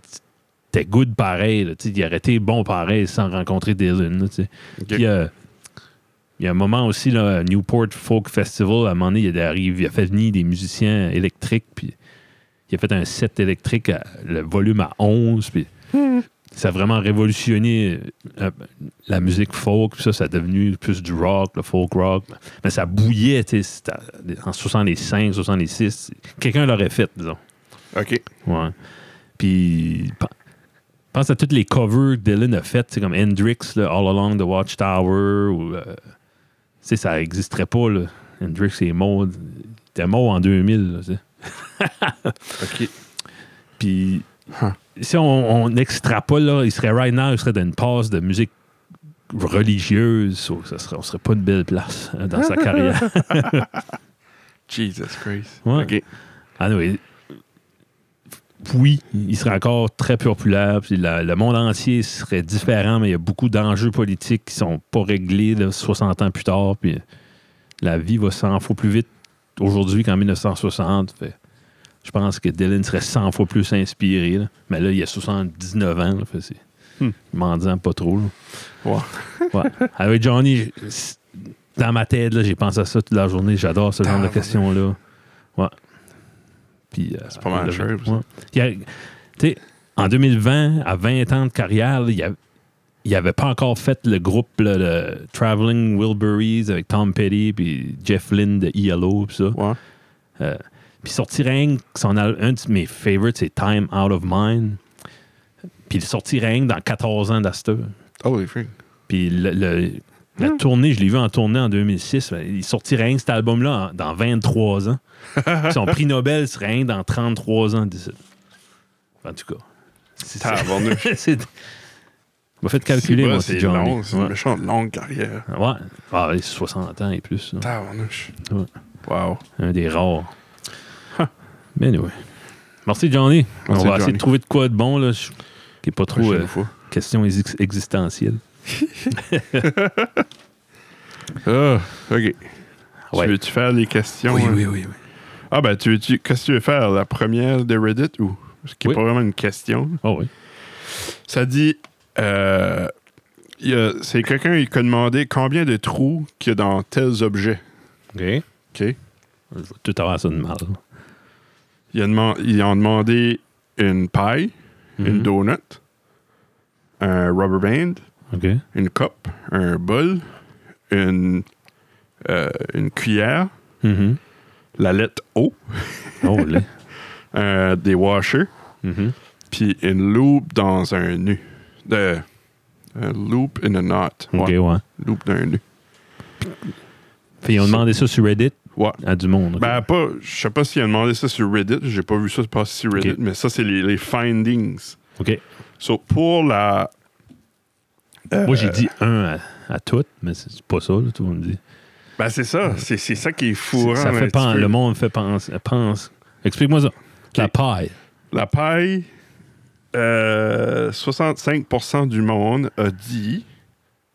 c'était good pareil. là, tu sais, ils auraient été bons pareil sans rencontrer Dylan. là, tu sais. OK. Puis, euh, il y a un moment aussi, là, Newport Folk Festival, à un moment donné, il, est arrivé- il a fait venir des musiciens électriques, puis il a fait un set électrique, à- le volume à 11, puis ça a vraiment révolutionné euh, la musique folk, puis ça, ça a devenu plus du rock, le folk rock, mais ça bouillait, tu sais, c'était en 65, 66, quelqu'un l'aurait fait, disons. OK. Ouais. Puis, pe- pense à toutes les covers que Dylan a faites, c'est comme Hendrix, là, All Along the Watchtower, ou. euh, tu sais, ça n'existerait pas, là. Hendrix est mort. Il était mort en 2000, là, tu sais. OK. Puis, Huh. si on, on extrapole, là, il serait right now, il serait dans une passe de musique religieuse, so- ça serait, on serait pas de belle place hein, dans sa carrière. Jesus Christ. Ouais. OK. Ah non, il- oui, il serait encore très populaire. Puis la- le monde entier serait différent, mais il y a beaucoup d'enjeux politiques qui sont pas réglés là, 60 ans plus tard. Puis la vie va 100 fois plus vite aujourd'hui qu'en 1960. Fait, je pense que Dylan serait 100 fois plus inspiré. là. Mais là, il y a 79 ans. Là, fait, c'est Hmm. mendiant pas trop. là. Ouais. Ouais. Avec Johnny, j- c'est- dans ma tête, là, j'ai pensé à ça toute la journée. J'adore ce genre de Tabarnak. questions-là. Ouais. Puis, euh, C'est pas mal le- cher, ça. ouais. Il y a- tu sais, en 2020, à 20 ans de carrière, là, il y a- il n'y avait pas encore fait le groupe là, le Traveling Wilburys avec Tom Petty puis Jeff Lynne de ELO puis ça. Ouais. Euh, puis sortir rien que son al- un de mes favorites, c'est Time Out of Mind. Puis sortir rien que dans 14 ans d'Astor. Holy freak. Puis le- le- la Hmm. tournée, je l'ai vu en tournée en 2006. ben, Ils sortiraient rien que cet album-là en- dans 23 ans. Puis Son prix Nobel serait rien que dans 33 ans d'ici. En tout cas. c'est- Tabarnouche. c'est- c'est- M'a fait calculer, C'est moi, pas- c'est C'est Johnny. long. C'est ouais. une méchante longue carrière. Ouais. Ah, ouais, 60 ans et plus. là. Tabarnouche. Ouais. Wow. Un des rares. Mais anyway. Merci, Johnny. Merci, On va essayer Johnny. de trouver de quoi de bon, là. je- Qui n'est pas trop Prochaine euh, fois. question ex- existentielle. Ah, OK. Ouais. Tu veux-tu faire les questions? hein? oui. oui. Ah, ben, tu veux-tu. Qu'est-ce que tu veux faire? La première de Reddit ou. Ce qui n'est Oui. pas vraiment une question. Oh, oui. Ça dit. euh, il y a- C'est quelqu'un qui a demandé combien de trous qu'il y a dans tels objets. OK. OK? Je vais tout avoir ça de mal. Il a deman- Ils ont demandé une paille, une Mhm. donut, un rubber band, OK. une coupe, un bol, une, euh, une cuillère, Mhm. la lettre O, Oh, là. euh, des washers, Mhm. puis une loupe dans un nœud. De, un loop in a knot. OK, Ouais, ouais. Loop d'un nœud. Puis ils ont demandé ça sur Reddit Ouais. à du monde. ok. Ben, pas, je sais pas s'il a demandé ça sur Reddit. J'ai pas vu ça passer sur Reddit, Ok. mais ça, c'est les, les findings. OK. So, pour la. euh, Moi, j'ai dit un à, à toutes, mais c'est pas ça, là, tout le monde dit. Ben, c'est ça. C'est c'est ça qui est fourrant. ça un ben, fait petit pen- peu. le monde fait penser. pense. Explique-moi ça. La paille. La paille, euh, 65% du monde a dit.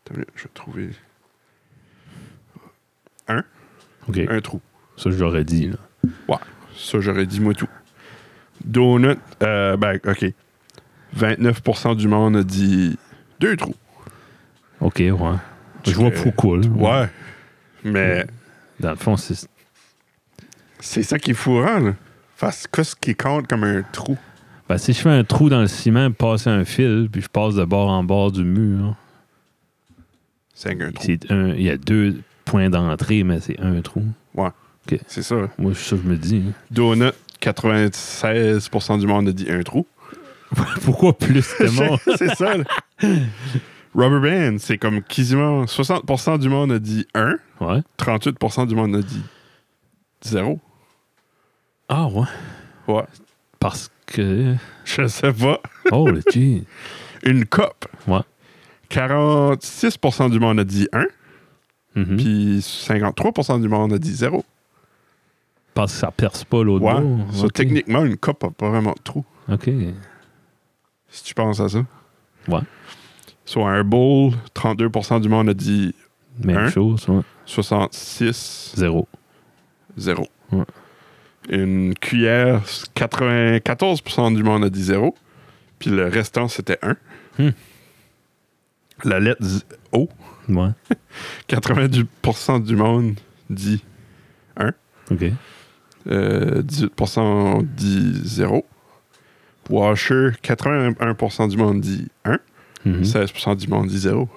Attends une minute, Je vais trouver OK. un trou. Ça, je l'aurais dit. Là. Ça, j'aurais dit moi tout. Donut, euh, ben, OK. 29% du monde a dit deux trous. OK, ouais. Je vois Euh, pourquoi. là. Ouais. Mais Dans le fond, c'est. c'est ça qui est fourrant, là. Parce que ce qui compte comme un trou. Ben, si je fais un trou dans le ciment, passer un fil, puis je passe de bord en bord du mur, C'est un trou. c'est un. Il y a deux points d'entrée, mais c'est un trou. C'est ça. Moi, ça, je me dis. hein. Donut, 96% du monde a dit un trou. Pourquoi plus de monde? c'est ça. là. Rubber band, c'est comme quasiment 60% du monde a dit 1, Ouais. 38% du monde a dit 0. Ah, ouais. Ouais. Parce que. Je sais pas. Oh, le gee. Une coupe. Ouais. 46% du monde a dit 1, Mhm. puis 53% du monde a dit 0. Parce que ça perce pas l'autre Ouais. bord. So, Ok. techniquement, une coupe n'a pas vraiment de trou, OK. si tu penses à ça. Ouais. Soit un bowl, 32% du monde a dit Même Un. chose. ouais. 66, Zéro. 0. Ouais. Une cuillère, 94% du monde a dit 0. Puis le restant, c'était 1. Hmm. La lettre Z- O, Ouais. 90% du monde dit OK. euh, 18% dit 0. Washer, 81% du monde dit 1. Mhm. 16% du monde dit 0.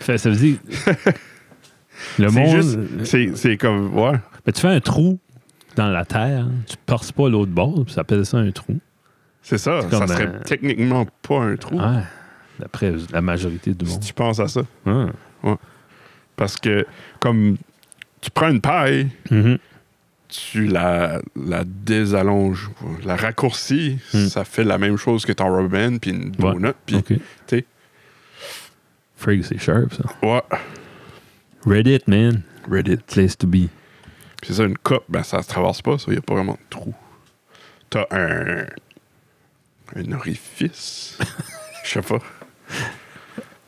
Fait- ça veut dire. C'est le monde. juste- C'est c'est comme, ouais. Mais tu fais un trou dans la terre, hein. tu perces pas l'autre bord, puis ça appelle ça un trou. C'est ça. Ça C'est comme, Ah, serait euh, techniquement pas un trou Ouais. D'après la majorité du si monde. tu penses à ça. Ah. Parce que, comme tu prends une paille, Mhm. tu la, la désalonges, quoi. la raccourcis, Mm. ça fait la même chose que ton rubber band, puis une Ouais. donut. puis OK. Frig, c'est sharp, ça. Ouais. Reddit, man. Reddit. Place to be. Puis c'est ça, une coupe, ben ça se traverse pas, ça. Il n'y a pas vraiment de trou. T'as un. un orifice. Je sais pas.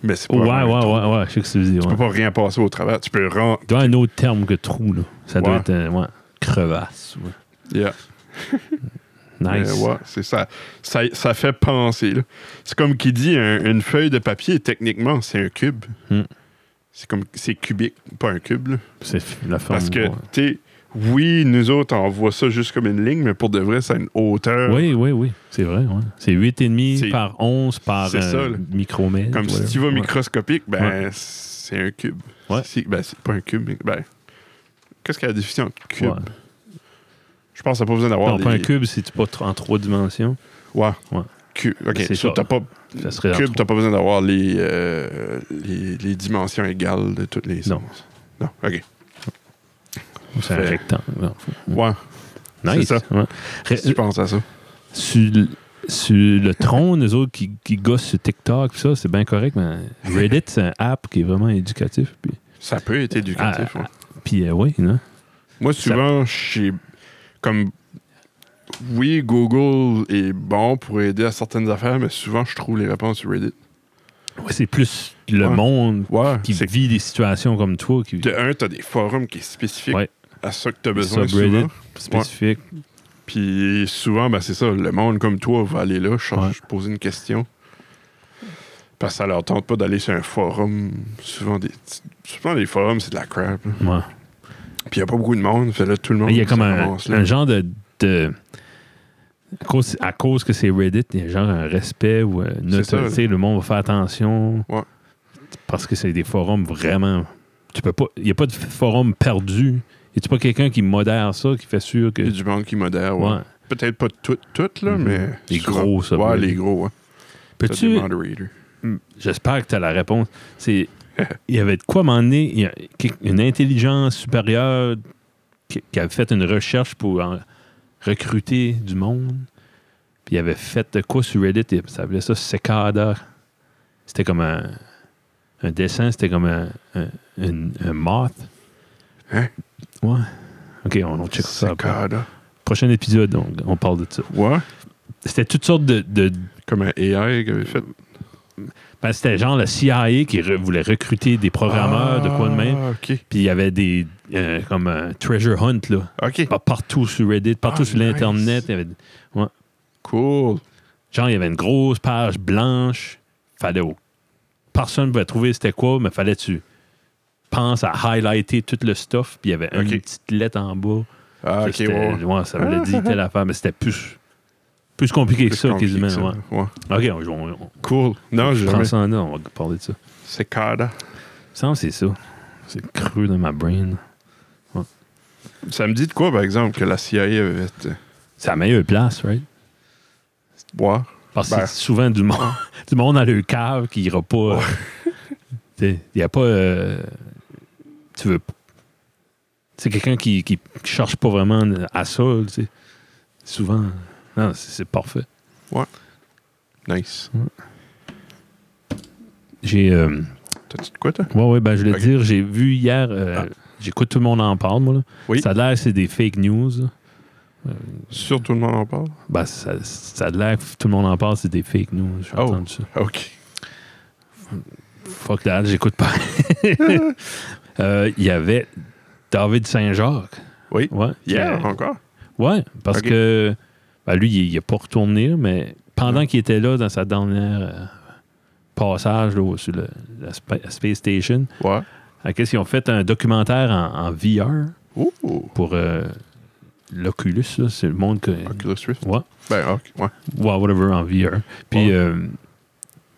Mais c'est pas. Ouais, ouais, vraiment un trou. ouais, ouais, je sais que tu dis. Tu Ouais. peux pas rien passer au travers. Tu peux rentrer. Il doit y avoir un autre terme que trou, là. Ça doit Ouais. être, euh, ouais, crevasse. ouais. Yeah. Nice. Mais Euh, ouais, c'est ça. ça. Ça fait penser. là. C'est comme qui dit un- une feuille de papier, techniquement, c'est un cube. Hmm. C'est comme c'est cubique, pas un cube. là. C'est f- la forme. Parce que, ouais. tu sais, oui, nous autres, on voit ça juste comme une ligne, mais pour de vrai, c'est une hauteur. Oui, oui, oui. C'est vrai, ouais. C'est C'est- 8,5 par 11 par euh, c'est ça, là. micromètre. Comme si tu vas micro microscopique, ben, c'est un cube. Ouais. C'est- ben, c'est pas un cube, mais ben, qu'est-ce qu'il y a la définition de cube? Ouais. Je pense que t'as pas besoin d'avoir Non, pas un des- cube, si tu pas tr- en trois dimensions. Ouais. Ouais. Cube. OK, C'est so ça. t'as pas... Ça serait en Cube, trois. t'as pas besoin d'avoir les, euh, les, les dimensions égales de toutes les Non. sens. Non, OK. C'est un Fait- rectangle. non. Ouais, Nice. ça. ouais. Re- si tu penses à ça. sur, le- sur le trône, eux autres qui, qui gossent sur TikTok, pis ça, c'est bien correct, mais Reddit, c'est un app qui est vraiment éducatif. Puis, Ça peut être éducatif, Ah, ouais. puis euh, oui, non? Moi, souvent, je suis comme. Oui, Google est bon pour aider à certaines affaires, mais souvent, je trouve les réponses sur Reddit. Ouais, c'est plus le Ouais. monde Ouais. qui c'est- vit des situations comme toi, qui De un, t'as des forums qui est spécifique Ouais. à ça que t'as des besoin subreddits souvent. spécifiques. Puis souvent, ben, c'est ça, le monde comme toi va aller là, chercher- Ouais. poser une question. Parce que ça leur tente pas d'aller sur un forum. Souvent, des, souvent les forums, c'est de la crap. là. Ouais. Puis il a pas beaucoup de monde. Fait là, tout le monde Il y a comme ça un, commence, là. un genre de. de- à, cause, à cause que c'est Reddit, il y a genre un respect ou euh, une C'est ça, autorité, le monde va faire attention. Ouais. Parce que c'est des forums vraiment. Tu peux pas. Il n'y a pas de forum perdu. Y a pas quelqu'un qui modère ça, qui fait sûr que. Il y a du monde qui modère. ouais. Ouais. Peut-être pas toutes, toutes, là, Mhm. mais. Les souvent- gros, ça, Ouais, oui. les gros, hein. ouais. T'as des Peux-tu. moderators. J'espère que tu as la réponse. C'est. Il y avait de quoi m'emmener. Il y a quel- une intelligence supérieure qui, qui avait fait une recherche pour en recruter du monde. Puis il avait fait de quoi sur Reddit. il- Ça appelait ça Cicada. C'était comme un, un dessin, c'était comme un, un, une- un moth. Hein? Ouais. Ok, on, on check ça. après. Cicada. Prochain épisode, on, on parle de ça. Ouais. C'était toutes sortes de- de, Comme un AI qui avait fait. Ben, c'était genre le CIA qui re- voulait recruter des programmeurs de quoi de même. Ah, OK. Puis il y avait des. euh, comme un treasure hunt, là. OK. Par- Partout sur Reddit, partout Ah, sur nice. l'Internet. il y avait- Cool. Genre, il y avait une grosse page blanche. Fallait. au- Personne ne pouvait trouver c'était quoi, mais fallait tu. penses à highlighter tout le stuff. Puis il y avait Ok. une petite lettre en bas. Ah, Ça, OK, c'était- ouais. ouais, ça voulait dire telle affaire, mais c'était plus. Plus compliqué que Plus ça, compliqué quasiment. que ça. ouais. Ouais. Ok, on, on, on- Cool. Non, je j'ai prends jamais. ça en note, on va parler de ça. Cicada. Ça, c'est ça. C'est creux dans ma brain. Ça me dit de quoi, par exemple, que la CIA avait fait. euh, C'est la meilleure place, right? Ouais. Parce que Ben. c'est souvent du monde, du monde dans le cave qui ira pas. Il n'y a pas. euh, tu veux. C'est quelqu'un qui qui cherche pas vraiment à ça. tu sais. Souvent. Non, c'est c'est parfait. Nice. J'ai. euh, T'as-tu de quoi, toi? ouais, ouais, ben je voulais Ok. Ah. dire, j'ai vu hier. euh, J'écoute tout le monde en parle, moi. Là. Oui. Ça a l'air que c'est des fake news. là. Sur tout le monde en parle? Ben, ça, ça a l'air que tout le monde en parle, c'est des fake news. J'ai Oh. entendu ça. OK. Fuck that, j'écoute pas. Euh, Il y avait David Saint-Jacques. Oui. Ouais. Yeah, Euh, encore? ouais, parce Ok. que ben, lui, il n'a pas retourné, mais pendant qu'il était là, dans sa dernière euh, passage là, sur le- la spa- la Space Station, Ouais. à qu'est-ce qu'ils ont fait un documentaire en, en VR Ouh. pour euh, l'Oculus, là, c'est le monde que. Oculus Rift. Ouais. Ben, OK. Ouais. Ouais, whatever, en VR. Puis Ouais. euh,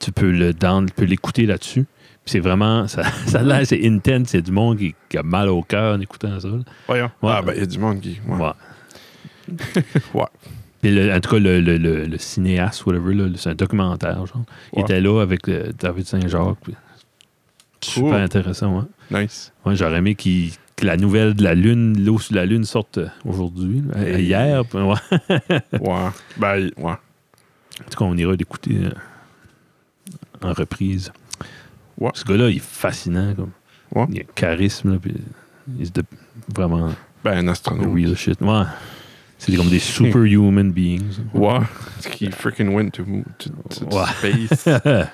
tu peux le down, tu peux l'écouter là-dessus. Puis c'est vraiment, ça, ça a l'air, c'est intense, c'est du monde qui, qui a mal au cœur en écoutant ça. là. Voyons. Ouais. Ah, ben, il y a du monde qui. Ouais. Ouais. Puis le- en tout cas, le, le- le- le cinéaste, whatever, là, c'est un documentaire, genre. Il Ouais. était là avec euh, David Saint-Jacques. puis Super Cool. intéressant, ouais. Nice. Ouais, J'aurais aimé qu'il- que la nouvelle de la Lune, l'eau sur la Lune sorte euh, aujourd'hui, là, Hey. hier. puis ouais. Ouais. Ben, il- ouais. En tout cas, on ira l'écouter euh, en reprise. Ouais. Ce gars-là, il est fascinant. Comme. Ouais. Il a un charisme. Là, puis il est de- vraiment Ben, un the astronaute. real shit. Ouais. C'est comme des superhuman beings. Ouais. Qui freaking went to, mo- to- to- to Ouais. space.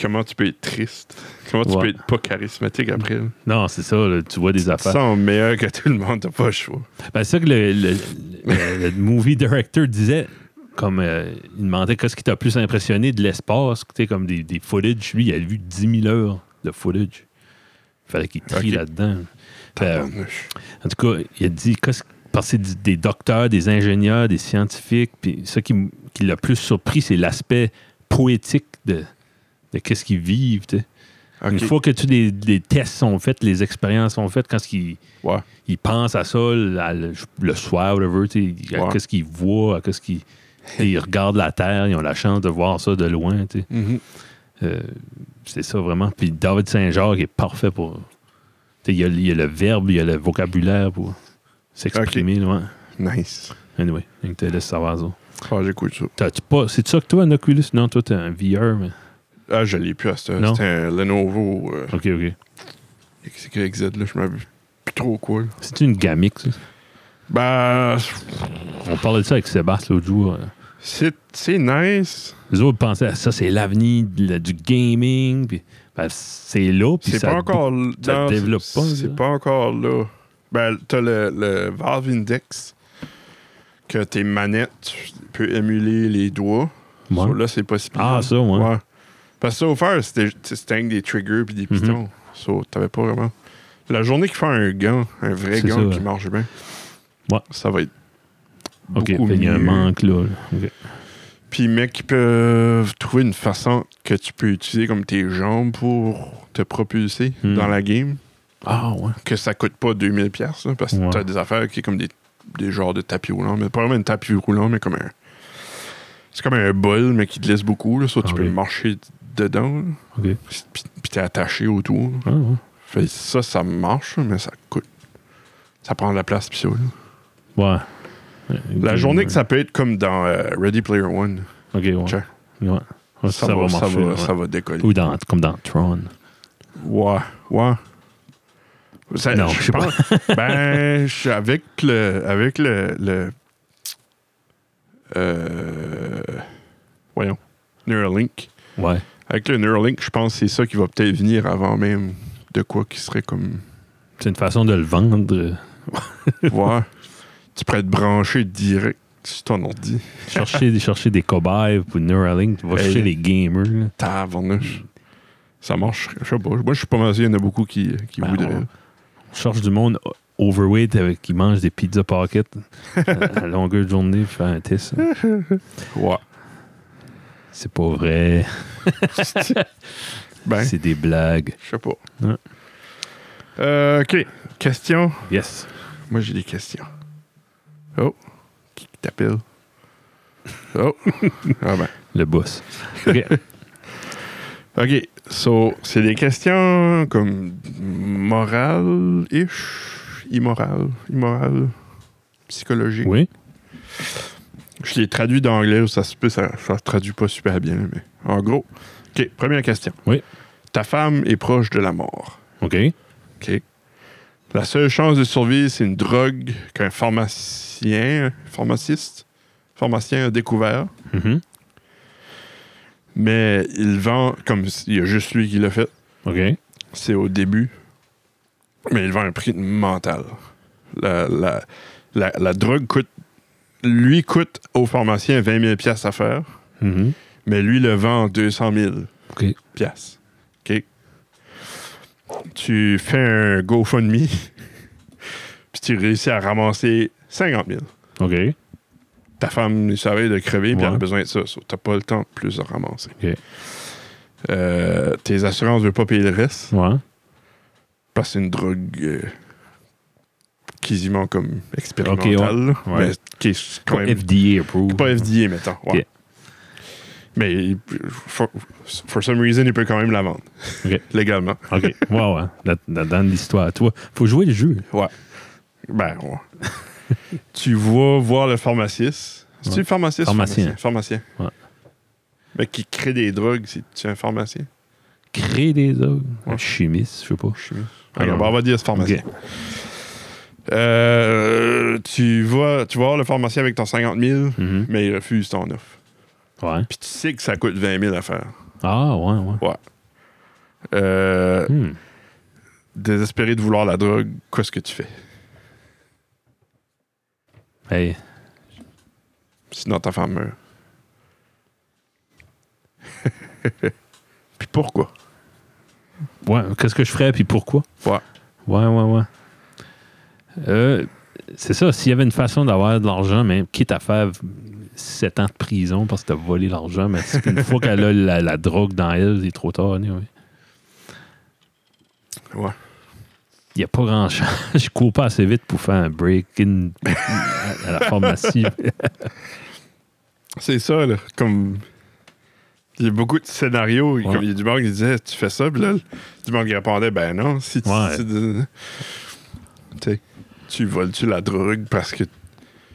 Comment tu peux être triste? Comment tu Ouais. Mm-hmm. peux être pas charismatique après? non, c'est ça. là, tu vois des Tu te affaires. sens meilleur que tout le monde, t'as pas le choix. Ben, c'est ça que le, le- le- le movie director disait. Comme euh, il demandait qu'est-ce qui t'a plus impressionné de l'espace, tu sais, comme des, des footage. Lui, il a vu 10 000 heures de footage. Il fallait qu'il trie Ok. là-dedans. Fait, euh, Tabarnouche. en tout cas, il a dit qu'est-ce- parce que c'est du- des docteurs, des ingénieurs, des scientifiques. Puis ce qui, m- qui l'a plus surpris, c'est l'aspect poétique de, de qu'est-ce qu'ils vivent. tu sais. Ok. Une fois que tous les, les tests sont faits, les expériences sont faites, quand ils, Ouais. ils pensent à ça là, le, le soir, whatever, tu sais, à Ouais. qu'est-ce qu'ils voient, à qu'est-ce qu'ils ils regardent la Terre, ils ont la chance de voir ça de loin. tu sais. Mhm. Euh, c'est ça vraiment. Puis David Saint-Georges est parfait pour. tu sais, Il y, a, il y a le verbe, il y a le vocabulaire pour s'exprimer. Ouais. Nice. Anyway, je te laisse savoir ça. Ah, j'écoute ça. T'as-tu pas. C'est ça que toi, un Oculus? Non, toi, t'es un VR, mais. Ah, je l'ai plus à ce Non. C'était un Lenovo euh, Ok, ok. XYZ, là. Je m'en plus trop quoi. là. C'est une gamique, ça. Ben, On parlait de ça avec Sébastien l'autre jour. euh. c'est c'est nice. Les autres pensaient à ça, c'est l'avenir de la- du gaming. Puis, ben, c'est là. Puis C'est ça pas encore l- ça dans- développe pas, ça. C'est pas encore là. Ben, t'as le, le Valve Index que tes manettes tu peux émuler les doigts. Ouais. So, là, c'est possible. Ah, ça, ouais. Parce que ça, au faire, c'était tu sais, c'était avec des triggers puis des Mhm. pitons. So, t'avais pas vraiment. La journée qu'ils font un gant, un vrai C'est gant ça, qui ouais. marche bien, Ouais. ça va être. Ok, beaucoup fait, il y a un mieux. manque là. là. Ok. Puis, mec, ils peuvent trouver une façon que tu peux utiliser comme tes jambes pour te propulser Hmm. dans la game. Ah, ouais. que ça coûte pas 2000 pièces parce que Ouais. t'as des affaires qui est comme des, des genres de tapis roulants, mais pas vraiment un tapis roulant, mais comme un c'est comme un bol mais qui te laisse beaucoup là, ça tu Ah peux oui. marcher marcher dedans, là, Ok. puis puis t'es attaché autour. là. Ah, ouais. Fait ça ça marche mais ça coûte. Ça prend de la place pis ça. là. Ouais. La journée que ça peut être comme dans euh, Ready Player One, Ok, ouais. Tiens. Ouais. Ouais, ça, ça va, ça, marcher. va, ouais. ça va décoller. Ou dans, comme dans Tron. Ouais, ouais. Ça- Non, je sais pas. pense- ben, je suis avec le. Avec le. le- euh, voyons. Neuralink. Ouais. Avec le Neuralink, je pense que c'est ça qui va peut-être venir avant même de quoi qui serait comme. C'est une façon de le vendre. Ouais. tu pourrais te brancher direct sur ton ordi. chercher, chercher des cobayes pour Neuralink. Tu vas Hey. chercher les gamers. là. Tabarnouche. Ça marche. Je sais pas. Moi, je suis pas mal sûr, il y en a beaucoup qui, qui Ben, voudraient. on- On cherche du monde o- overweight avec, qui mange des pizza pockets à, à longueur de journée pour faire un test. Ouais. C'est pas vrai. Ben, C'est des blagues. je sais pas. Ouais. Euh, OK. Question. Yes. Moi, j'ai des questions. Oh, qui t'appelle? Oh, ah ben. Le boss. OK. OK, so, c'est des questions comme morale-ish, immorale, immorale, psychologique. oui. Je les traduis d'anglais, ça se peut, ça, ça se traduit pas super bien, mais en gros. OK, première question. Oui. Ta femme est proche de la mort. OK. OK. La seule chance de survivre, c'est une drogue qu'un pharmacien, pharmaciste, pharmacien a découvert. Mhm. Mais il vend, comme il y a juste lui qui l'a fait, OK. c'est au début. Mais il vend un prix mental. La, la- la- la drogue coûte, lui coûte au pharmacien 20 000 piastres à faire, Mhm. mais lui le vend 200 000 OK. piastres. OK? Tu fais un GoFundMe, puis tu réussis à ramasser 50 000. OK. ta femme est surveille de crever, puis Ouais. elle a besoin de ça. So, T'as pas le temps de plus de ramasser. Ok. Euh, tes assurances ne veulent pas payer le reste Ouais. parce que c'est une drogue euh, quasiment comme expérimentale, ouais. Ouais. mais qui est quand même FDA approved. pas FDA, mettons. ouais. Ok. Mais il- for, for some reason, il peut quand même la vendre Ok. légalement. OK. Ouais, ouais. Dans, dans- dans l'histoire. Toi, faut jouer le jeu. Ben, ouais. tu vas voir le pharmaciste. C'est-tu Ouais. le pharmaciste? ou Pharmacien. Pharmacien. Ben, Ouais. Mais qui crée des drogues, c'est-tu un pharmacien? crée des ogres. Ouais. Un chimiste, je sais pas. Ah Alors, ben, on va dire ce pharmacien. Euh, tu, vas, tu vas voir le pharmacien avec ton 50 000, Mhm. mais il refuse ton offre. Ouais. Puis tu sais que ça coûte 20 000 à faire. Ah, ouais, ouais. Euh, Hmm. Désespéré de vouloir la drogue, qu'est-ce que tu fais? Hey, Sinon, ta femme meurt. Puis pourquoi? ouais, qu'est-ce que je ferais, puis pourquoi? Ouais. Ouais, ouais, ouais. Euh, c'est ça, s'il y avait une façon d'avoir de l'argent, mais quitte à faire 7 ans de prison parce que t'as volé l'argent, mais c'est une fois qu'elle a la, la drogue dans elle, c'est trop tard. anyway. Ouais. Il n'y a pas grand chose. Je cours pas assez vite pour faire un break-in à la pharmacie. C'est ça, là. Comme. Il y a beaucoup de scénarios. Comme il y a du monde qui disait, tu fais ça, puis là, du monde qui répondait, ben non. Si tu. Ouais. si tu- tu sais, tu voles-tu la drogue parce que.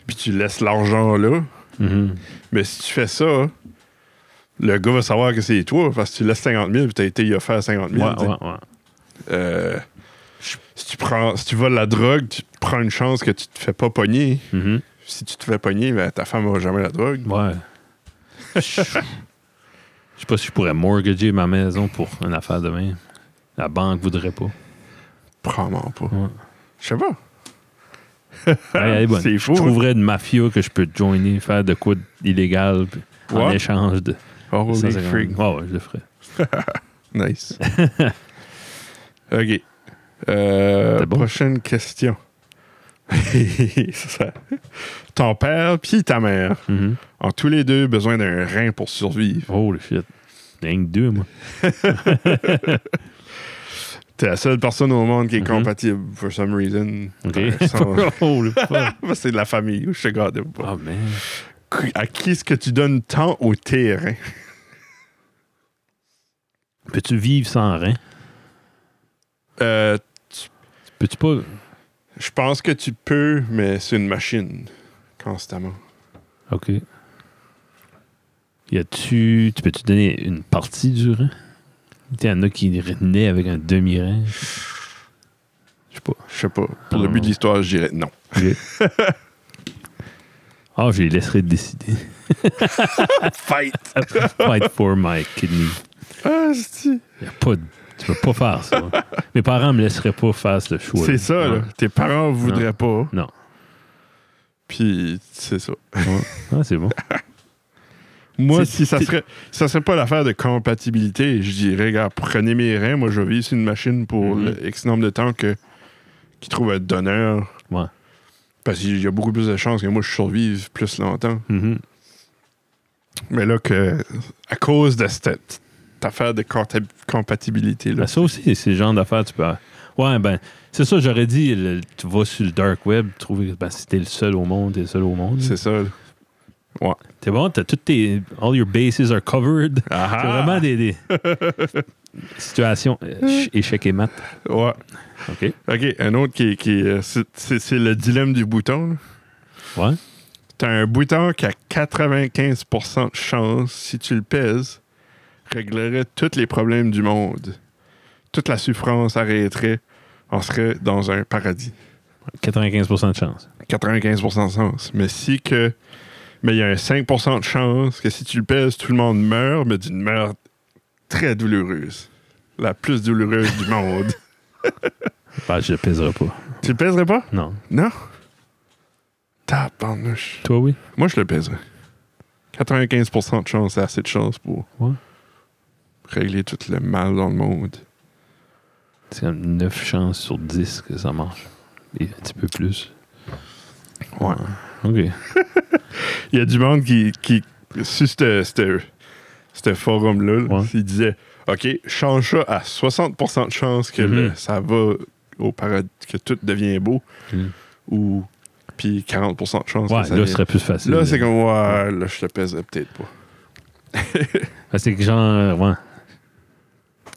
Puis tu laisses l'argent là. Mhm. Mais si tu fais ça, le gars va savoir que c'est toi parce que tu laisses 50 000 puis t'as été y offert 50 Ouais, 000. tu sais. ouais, ouais. Euh, si, tu prends, si tu voles la drogue, tu te prends une chance que tu te fais pas pogner. Mhm. Si tu te fais pogner, ben, ta femme aura jamais la drogue. Ouais. Je je sais pas si je pourrais mortgager ma maison pour une affaire de même. La banque voudrait pas. Probablement pas. Ouais. Je sais pas. Hey, hey, bonne. C'est fou, Je hein? trouverais une mafia que je peux joiner, faire de quoi d'illégal puis en Ouais. échange de. Holy 150. frig. Ouais, ouais, je le ferais. Nice. OK. Euh, C'est bon. Prochaine question. C'est ça. Ton père puis ta mère Mhm. ont tous les deux besoin d'un rein pour survivre. Holy shit. Rien que deux, moi. T'es la seule personne au monde qui est Mhm. compatible, for some reason. OK. Euh, sans- Holy fuck. C'est de la famille. Je te garde pas. Oh, man. À qui est-ce que tu donnes tant au terrain? Peux-tu vivre sans rien? Euh, Peux-tu pas. je pense que tu peux, mais c'est une machine, constamment. OK. Y a-tu. Tu peux-tu donner une partie du rein? Il y en a qui retenaient avec un demi-rein. Je sais pas. Je sais pas. Pour le Ah. but de l'histoire, je dirais non. Ah, je les laisserai décider. Fight! Fight for my kidney. Ah, c'est Y a pas de- Tu peux pas faire ça. Mes parents me laisseraient pas faire ce choix. c'est ça, là. Tes parents voudraient pas. Non. Puis, c'est ça. Ah, c'est bon. Moi, C'est- si ça t'es- serait, ça serait pas l'affaire de compatibilité, je dirais, regarde, prenez mes reins, moi, je vais vivre sur une machine pour Mhm. le X nombre de temps que qui trouve être donneur. Ouais. Parce qu'il y a beaucoup plus de chances que moi, je survive plus longtemps. Mhm. Mais là, que, à cause de cette, cette affaire de compta- compatibilité-là. Ben, ça aussi, c'est le genre d'affaires, tu peux. Ouais, ben, c'est ça, j'aurais dit, le- tu vas sur le dark web, trouver. Ben, si t'es le seul au monde, t'es le seul au monde. C'est ça. là. T'es bon, t'as toutes tes. All your bases are covered. C'est vraiment des, des situations euh, ch- échec et mat. Ouais. OK. OK, un autre qui, qui euh, c'est- c'est c'est le dilemme du bouton. là. Ouais. T'as un bouton qui a 95% de chance, si tu le pèses, réglerait tous les problèmes du monde. Toute la souffrance arrêterait. On serait dans un paradis. 95 de chance. 95% de chance. Mais si que. Mais il y a un 5% de chance que si tu le pèses, tout le monde meurt, mais d'une mort très douloureuse. La plus douloureuse du monde. Ben, je le pèserai pas. Tu le pèserais pas? Non. Non? Tabarnouche. Toi, oui. Moi, je le pèserais. 95% de chance, c'est assez de chance pour Ouais. régler tout le mal dans le monde. C'est comme 9 chances sur 10 que ça marche. Et un petit peu plus. Ouais. OK. Il y a du monde qui, qui sur ce- ce ce forum-là, là, Ouais. il disait OK, change ça à 60% de chance que le- Mhm. ça va au paradis, que tout devient beau, Mhm. ou puis 40% de chance Ouais, que ça là, ce vient- serait plus facile. Là, c'est comme, ouais, là, je le pèserais peut-être pas. Ben, c'est que genre, euh, ouais.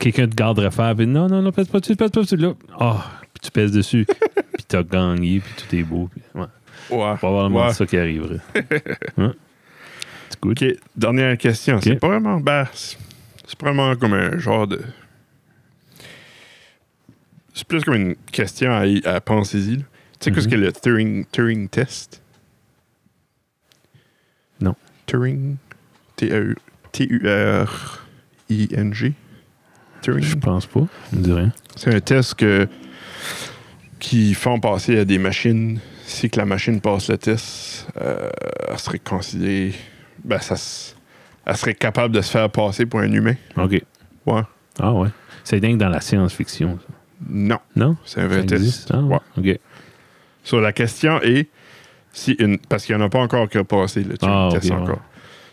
Quelqu'un te garderait faire, puis non, non, non, pèse pas dessus, pèse pas dessus. Là, ah, puis tu pèses dessus, puis t'as gagné, puis tout est beau. Puis, ouais. Ouais. Probablement Ouais. ça qui arriverait. Hein? C'est good. OK, dernière question. C'est pas vraiment. Ben, c'est c'est probablement comme un genre de C'est plus comme une question à, à penser-y. là. Tu sais, qu'est-ce Mhm. que le Turing, Turing test? Non. Turing. E T-A-U- T-U-R-I-N-G. Je Turing. pense pas. Je me dis rien. C'est un test que, qui font passer à des machines. Si que la machine passe le test, euh, elle serait considérée. Ben, ça, s- elle serait capable de se faire passer pour un humain. OK. Ouais. Ah ouais. C'est dingue dans la science-fiction. ça. Non, Non? c'est un Ça vrai test. existe? Ah, Ouais. OK. So, la question est si une. Parce qu'il n'y en a pas encore qui a passé le Turing Ah, ok, test ouais. encore.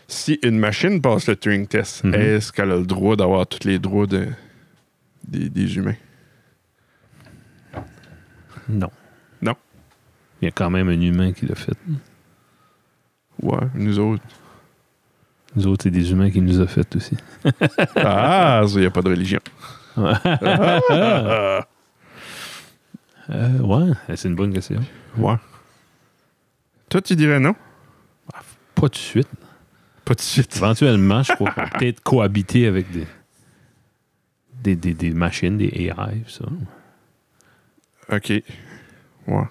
Si une machine passe le Turing test, Mhm. est-ce qu'elle a le droit d'avoir tous les droits de, des, des humains? Non. Non. Il y a quand même un humain qui l'a fait. Ouais, nous autres. Nous autres, c'est des humains qui nous a fait aussi. ah, il n'y a pas de religion. Ah, Euh, ouais, c'est une bonne question. ouais. Toi, tu dirais non? Pas tout de suite. Pas de suite. Éventuellement, je crois qu'on peut peut-être cohabiter avec des, des, des, des machines, des AI, ça. Bah, OK. Ouais.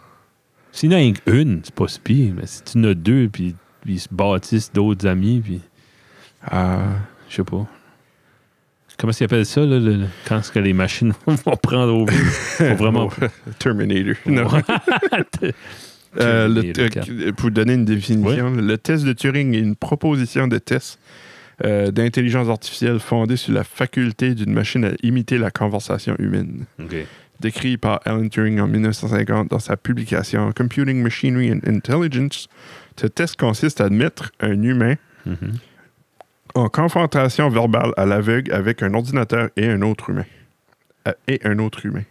S'il y en a rien qu'une, c'est pas si pire, mais si tu en as deux, puis puis ils se bâtissent d'autres amis, puis Ah, je sais pas. Comment ils appellent ça, là, le- le- quand est-ce que les machines vont prendre au Faut vraiment. Terminator. Non. Euh, le Terminator te- pour donner une définition, le test de Turing est une proposition de test euh, d'intelligence artificielle fondée sur la faculté d'une machine à imiter la conversation humaine, OK. décrit par Alan Turing en 1950 dans sa publication Computing Machinery and Intelligence. Ce test consiste à mettre un humain Mhm. en confrontation verbale à l'aveugle avec un ordinateur et un autre humain. Euh, Et un autre humain.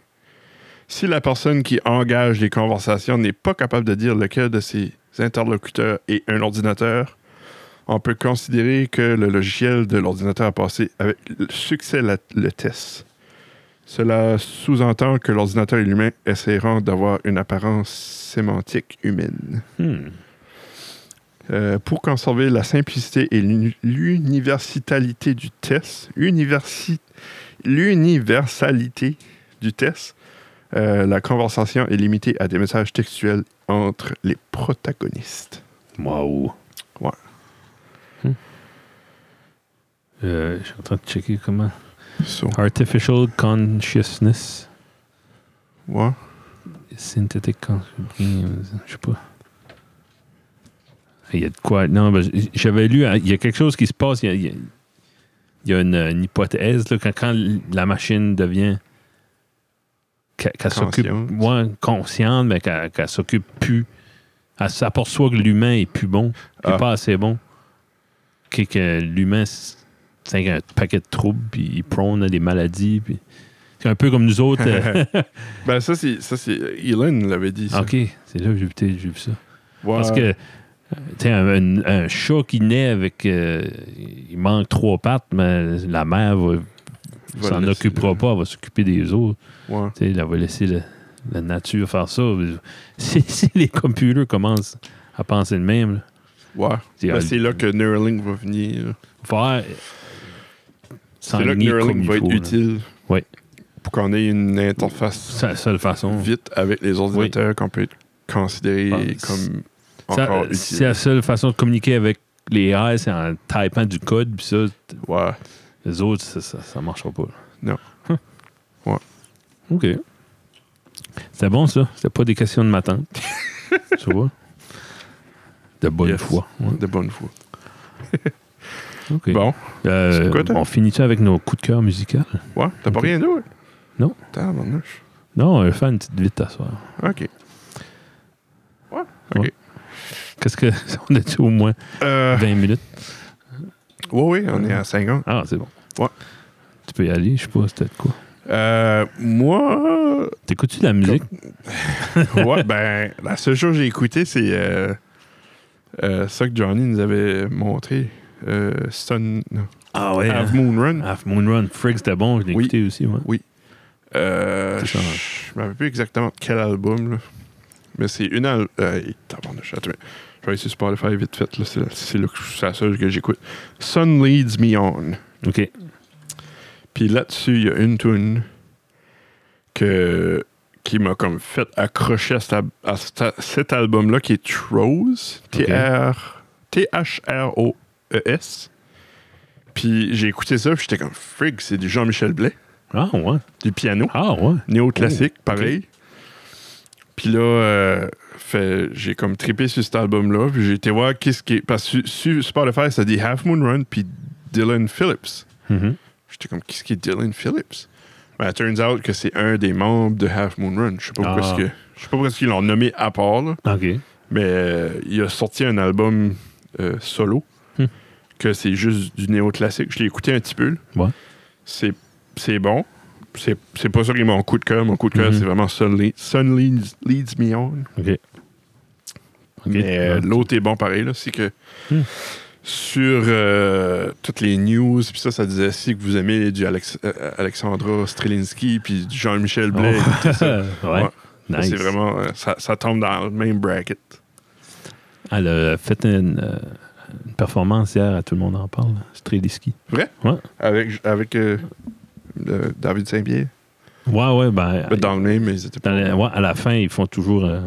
Si la personne qui engage les conversations n'est pas capable de dire lequel de ses interlocuteurs est un ordinateur, on peut considérer que le logiciel de l'ordinateur a passé avec le succès la- le test. Cela sous-entend que l'ordinateur et l'humain essaieront d'avoir une apparence sémantique humaine. Hmm. Euh, pour conserver la simplicité et l'uni- l'universalité du test, universi- l'universalité du test, euh, la conversation est limitée à des messages textuels entre les protagonistes. Wow. Ouais. Hmm. Euh, je suis en train de checker comment. So, Artificial consciousness. ouais. Synthetic consciousness. euh, Je sais pas. Il y a de quoi. Non, ben, j- j'avais lu. hein, Il y a quelque chose qui se passe. Il y a, il y a- il y a une, une hypothèse. là, quand, quand la machine devient. qu'elle qu'elle s'occupe. Consciente. ouais, consciente, mais qu'elle qu'elle s'occupe plus. Elle s'aperçoit que l'humain est plus bon. Il Ah. est pas assez bon. Que, que l'humain, s- c'est un paquet de troubles, puis il prône à des maladies. Puis... C'est un peu comme nous autres. euh, Ben, ça, c'est. ça, c'est- Elon l'avait dit. Ça. ok, c'est là que j'ai peut-être- j'ai vu ça. Ouais. Parce que, tu sais, un, un- un chat qui naît avec. euh, il manque trois pattes, mais la mère va, Va s'en laisser- occupera pas, elle va s'occuper des autres. Ouais. Tu sais, elle va laisser le- la nature faire ça. Si, si les computers commencent à penser le même, là, Ouais. C'est- ah, Ben, c'est là que Neuralink va venir. faut faire. C'est là que s'enligner euh, comme Neuralink il va être faut, là. utile. Ouais. Pour qu'on ait une interface C'est la seule façon. vite avec les ordinateurs qu'on peut être considéré Bon, comme Ça, encore utile. c'est la seule façon de communiquer avec les AI, c'est en typant du code, puis ça, t- Ouais. les autres, ça, ça, ça marchera pas. là. Non. Hum. Ouais. OK. C'était bon, ça. C'était pas des questions de ma tante. tu vois? De bonne Yes. foi. Ouais. De bonne foi. OK. Bon, Euh, c'est quoi, toi? on finit avec nos coups de cœur musicaux? ouais, t'as pas Ok. rien d'autre? Non. Tabarnouche. Non, on va faire une petite vite à soir. OK. Ouais, OK. Ouais. Qu'est-ce que. On a-tu au moins Euh, 20 minutes? Ben- ouais, oui, on est à 50. Ah, c'est bon. Ouais. Tu peux y aller, je sais pas, c'était de quoi. Euh, moi, T'écoutes-tu de la musique? ouais, ben, la seule chose que j'ai écouté, c'est euh, euh, ça que Johnny nous avait montré. Euh, Sun... non, Ah ouais. Half Moon Run. Half Moon Run. Friggs, c'était bon, je l'ai hein. Oui. écouté aussi. Ouais. Euh, C'est ça. je me rappelle plus exactement de quel album, là. Mais c'est une al- euh, et tabarnouche, attends, Je vais essayer de Spotify vite fait, là. C'est la, c'est le- c'est la seule que j'écoute. Sun Leads Me On. OK. Puis là-dessus, il y a une tune que, qui m'a comme fait accrocher à, cet ab- à cet- cet album-là qui est Trose. Ok. T-R- T-H-R-O-E-S. E Puis j'ai écouté ça, puis j'étais comme frig, c'est du Jean-Michel Blais, Ah ouais. du piano, Ah ouais. néoclassique, pareil. Puis là, euh, fait- j'ai comme trippé sur cet album-là, puis j'ai été voir qu'est-ce qui est. Parce que sur sur Spotify, ça dit Half Moon Run, puis Dylan Phillips. Mhm. J'étais comme, qu'est-ce qui est Dylan Phillips? Ben, it turns out que c'est un des membres de Half Moon Run. Je sais pas pourquoi Ah. est-ce que- je sais pas pourquoi est-ce qu'ils l'ont nommé à part, là, OK. mais euh, il a sorti un album euh, solo Hmm. que c'est juste du néoclassique. Je l'ai écouté un petit peu. là. Ouais. C'est, c'est bon. C'est, c'est pas ça qui est mon coup de cœur. Mon coup de cœur, Mhm. c'est vraiment Sun, Le- Sun Leads, Leads Me On. OK. OK. Mais euh, Ouais. l'autre est bon pareil, là. C'est que Hmm. sur euh, toutes les news, puis ça, ça disait si que vous aimez du Alex- euh, Alexandra Strelinski, puis du Jean-Michel Blais. Oh. tout ça. ouais. Ouais. Ça, Nice. C'est vraiment. euh, Ça, ça tombe dans le même bracket. Elle a fait Ah, une, euh, une performance hier, à tout le monde en parle. Streliski. Avec, avec euh, le- David Saint-Pierre. Ouais, ouais, ben. Mais Dans le même, mais ils étaient dans pas. la- ouais, à la fin, ils font toujours. euh,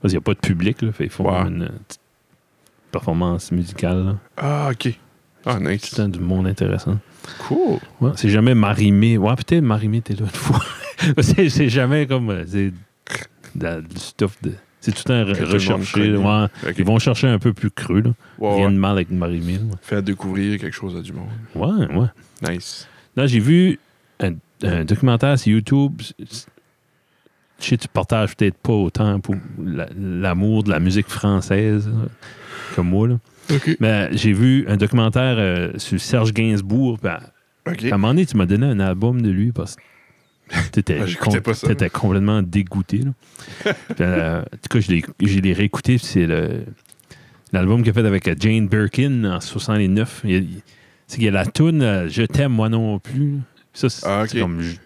parce qu'il n'y a pas de public, là, fait ils font Ouais. une euh, petite performance musicale. là. Ah, ok. Ah, nice. C'est un du monde intéressant. Cool. Ouais, c'est jamais Marimé. Ouais, peut-être Marimé était là une fois. c'est, c'est jamais comme. euh, C'est de- du stuff de. C'est tout un Que tout le monde recherché. connaît. là, ouais. Ok. Ils vont chercher un peu plus cru. Là. Ouais, Rien ouais. de mal avec Marimé. là. Faire découvrir quelque chose à du monde. Ouais, ouais. Nice. Là, j'ai vu un, un documentaire sur YouTube. C'est- c'est- Je sais, tu partages peut-être pas autant pour la- l'amour de la musique française là, comme moi. Là. Ok. Mais j'ai vu un documentaire euh, sur Serge Gainsbourg. puis à, Ok. à un moment donné, tu m'as donné un album de lui parce que t'étais Ah, j'écoutais pas ça. t'étais complètement dégoûté. là. Puis, euh, en tout cas, je l'ai- je l'ai réécouté. puis C'est le- l'album qu'il a fait avec euh, Jane Birkin en 69. Il, il- c'est qu'il y a la tune Je t'aime, moi non plus. Ça, c'est Ah, ok. c'est comme. je-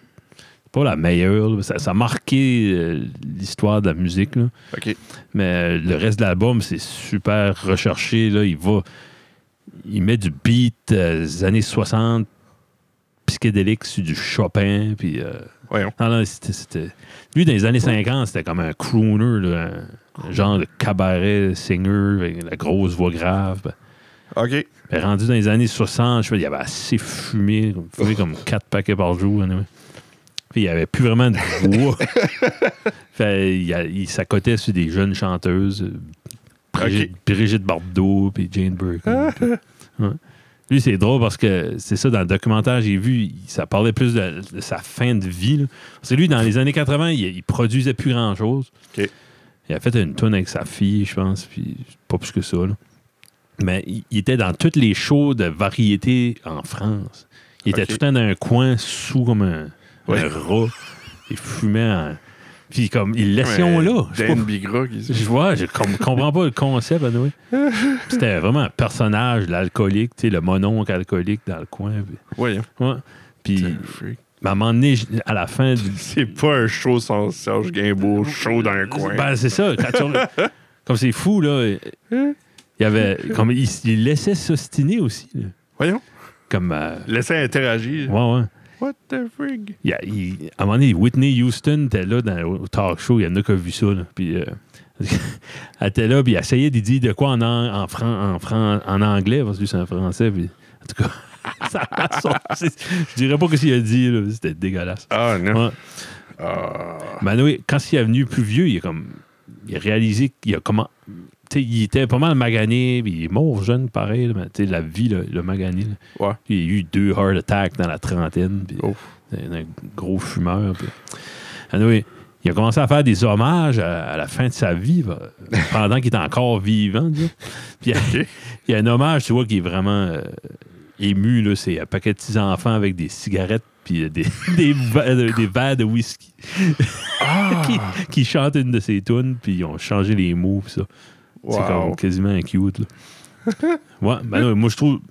c'est pas la meilleure. là. Ça, ça a marqué euh, l'histoire de la musique. là. Ok. Mais euh, le reste de l'album, c'est super recherché. Là. Il va. Il met du beat euh, des années 60, psychédélique sur du Chopin. Puis. euh, Voyons. Non, non, c'était. c'était- Lui, dans les années 50, c'était comme un crooner, là, un- un genre de cabaret singer, avec la grosse voix grave. ben, Ok. Mais Ben, rendu dans les années 60, je sais pas, il y avait assez fumé, comme- fumé comme 4 paquets par jour. anyway. Puis il n'y avait plus vraiment de voix. fait, il, a- il s'accotait sur des jeunes chanteuses, euh, Brigitte, Brigitte Bardot, puis Jane Birkin. puis- ouais. Lui, c'est drôle parce que c'est ça, dans le documentaire, j'ai vu, il- ça parlait plus de, de sa fin de vie. là. Parce que lui, dans les années 80, il, il produisait plus grand-chose. OK. Il a fait une tonne avec sa fille, je pense, puis pas plus que ça. là. Mais il, il était dans toutes les shows de variété en France. Il était OK. tout le temps dans un coin sous comme un, Ouais. un rat. Il fumait en- Puis comme, il laissait là. Je sais pas Dan Bigra qui je vois, je com- comprends pas le concept, Anoué. C'était vraiment un personnage, l'alcoolique, tu sais, le mononcle alcoolique dans le coin. puis- Voyons. Ouais. Puis, T'es un freak. à un moment donné, j- à la fin du. C'est pas un show sans Serge Gainsbourg, chaud dans un coin. Ben, c'est ça. quand tu re- comme c'est fou, là. Il y avait. Comme, il, il laissait s'ostiner aussi, là. Voyons. Comme. euh, Laissez interagir. ouais, ouais. What the frig? Il y a- il- à un moment donné, Whitney Houston était là dans, au talk show. Il y en a qui ont vu ça. là. Puis, euh, elle était là, puis elle essayait d'y dire de quoi en, an- en, fran- en, fran- en anglais, parce que lui, c'est un français. Puis, en tout cas, ça a sorti. je dirais pas que ce qu'il a dit. là, C'était dégueulasse. Ah non. Ouais. Ah. Manoé, Ben quand il est venu plus vieux, il a, comme, il a réalisé qu'il a comment. tu sais, il était pas mal magané, puis il est mort jeune, pareil. là, mais tu sais, la vie, le, le magané. là. Ouais. Il a eu deux heart attacks dans la trentaine. Puis Ouf. c'est un gros fumeur. puis- Anyway, il a commencé à faire des hommages à, à la fin de sa vie, va- pendant qu'il était encore vivant. disons. Puis il y a- Ok. il y a un hommage, tu vois, qui est vraiment euh, ému. là. C'est un paquet de petits enfants avec des cigarettes puis euh, des, des, va- de- des verres de whisky qui, Ah, qui chantent une de ses tunes, puis ils ont changé les mots. puis ça. C'est comme Wow. quasiment cute. Là. ouais, ben non, moi je trouve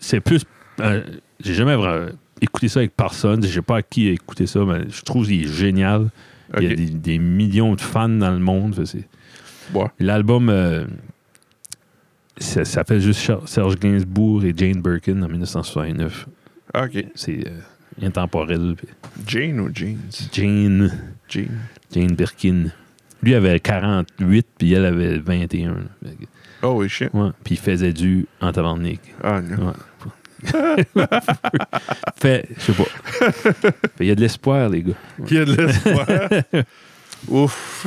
c'est plus. euh, j'ai jamais vraiment écouté ça avec personne. Je sais pas à qui écouter ça, mais je trouve qu'il est génial. Il y a Ok. des, des millions de fans dans le monde. Fait c'est- Ouais. L'album euh, ça ça s'appelle juste Char- Serge Gainsbourg et Jane Birkin en 1969. Ok. C'est euh, intemporel. puis Jane ou Jeans? Jane, Jane. Jane Birkin. Lui avait 48, puis elle avait 21. là. Fait que- Oh, oui, shit. Ouais. Puis il faisait du en tabarnak. Ah, non. Ouais. fait, je sais pas. Fait, Il y a de l'espoir, les gars. Qui a de l'espoir. Ouf,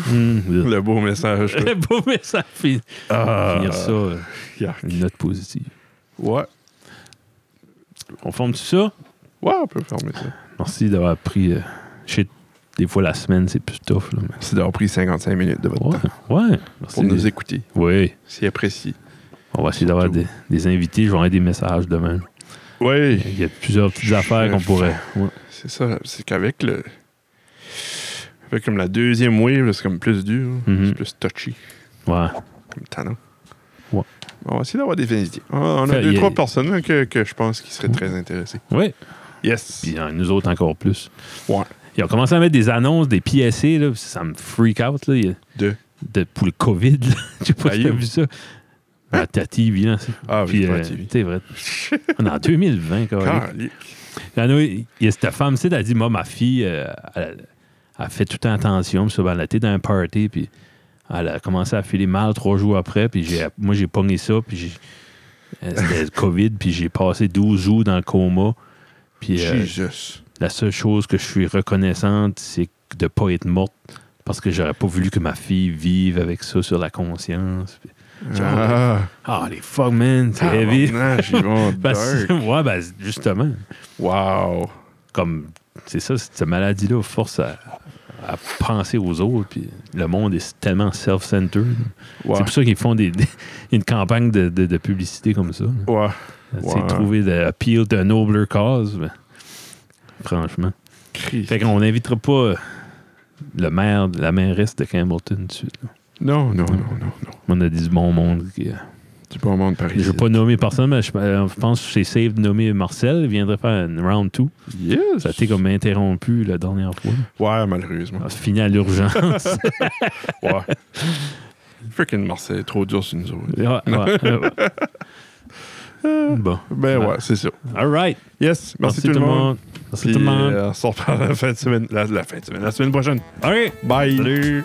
Mm. le beau message. là. Le beau message. Puis, Ah. finir ça, euh, Yark. une note positive. Ouais. On forme tout ça? Ouais, on peut fermer ça. Merci d'avoir pris. euh, je sais, des fois, la semaine, c'est plus tough. Là, mais- Merci d'avoir pris 55 minutes de votre Ouais, temps ouais. pour Merci. nous écouter. Oui. C'est apprécié. On va essayer d'avoir Surtout. des, des invités. Je vais envoyer des messages demain. Oui, Il y a plusieurs petites affaires qu'on pourrait. Ouais. c'est ça. C'est qu'avec le. Avec comme la deuxième wave, c'est comme plus dur. Mhm. C'est plus touchy, Ouais. comme talent. Ouais. On va essayer d'avoir des invités. On on a Fait, deux, y a- trois personnes là, que, que je pense qui seraient très intéressées. Ouais. Yes. Puis euh, nous autres encore plus. Ouais. Ils ont commencé à mettre des annonces, des PSC, là, puis ça me freak out là, il y a- Deux. de, pour le COVID. là. Je sais pas si Aïe. t'as Hein? vu ça. À ta TV, là. ça. Ah, Puis, oui, euh, TV. t'es vrai. On est en 2020, quand même. Calique. Là, nous, il y a cette femme, tu sais, elle a dit Moi, ma fille, euh, elle, a fait tout le temps attention, puis ça, ben, elle était dans un party, puis elle a commencé à filer mal trois jours après, puis j'ai- moi, j'ai pogné ça, puis j'ai- euh, c'était le COVID, puis j'ai passé 12 jours dans le coma. Puis euh, Jesus. la seule chose que je suis reconnaissante, c'est de ne pas être morte, parce que j'aurais pas voulu que ma fille vive avec ça sur la conscience. Puis- genre, Ah, Ah, les fuck, man, c'est heavy. tabarnage, ils vont Parce- Ah, dark. ouais, ben, justement. Wow. comme c'est ça, cette maladie-là force à, à penser aux autres. Puis le monde est tellement self-centered. Ouais. C'est pour ça qu'ils font des, des- une campagne de, de- de publicité comme ça. Ouais. Ouais. C'est trouver de appeal de nobler cause. mais franchement. Christ. Fait qu'on n'invitera pas euh, le maire, la mairesse de Campbellton tout de suite. là. Non, non, non, non, non. On a dit du bon monde. qui- euh, Du bon monde par Je ne ici. veux pas nommer personne, mais je, euh, je pense que c'est safe de nommer Marcel. Il viendrait faire une round 2. Yes. Ça a été comme interrompu la dernière fois. Ouais, malheureusement. On se finit à l'urgence. Ouais. Ah. Freaking Marseille, trop dur sur nous autres. Ouais, ouais, ouais, ouais. bon. Ben Ah. Ouais. ouais, c'est ça. All right. Yes, merci, tout le monde. Merci Puis, tout le monde. euh, on se reparle la fin de semaine. La, la fin de semaine. La semaine prochaine. All right. Bye. Salut.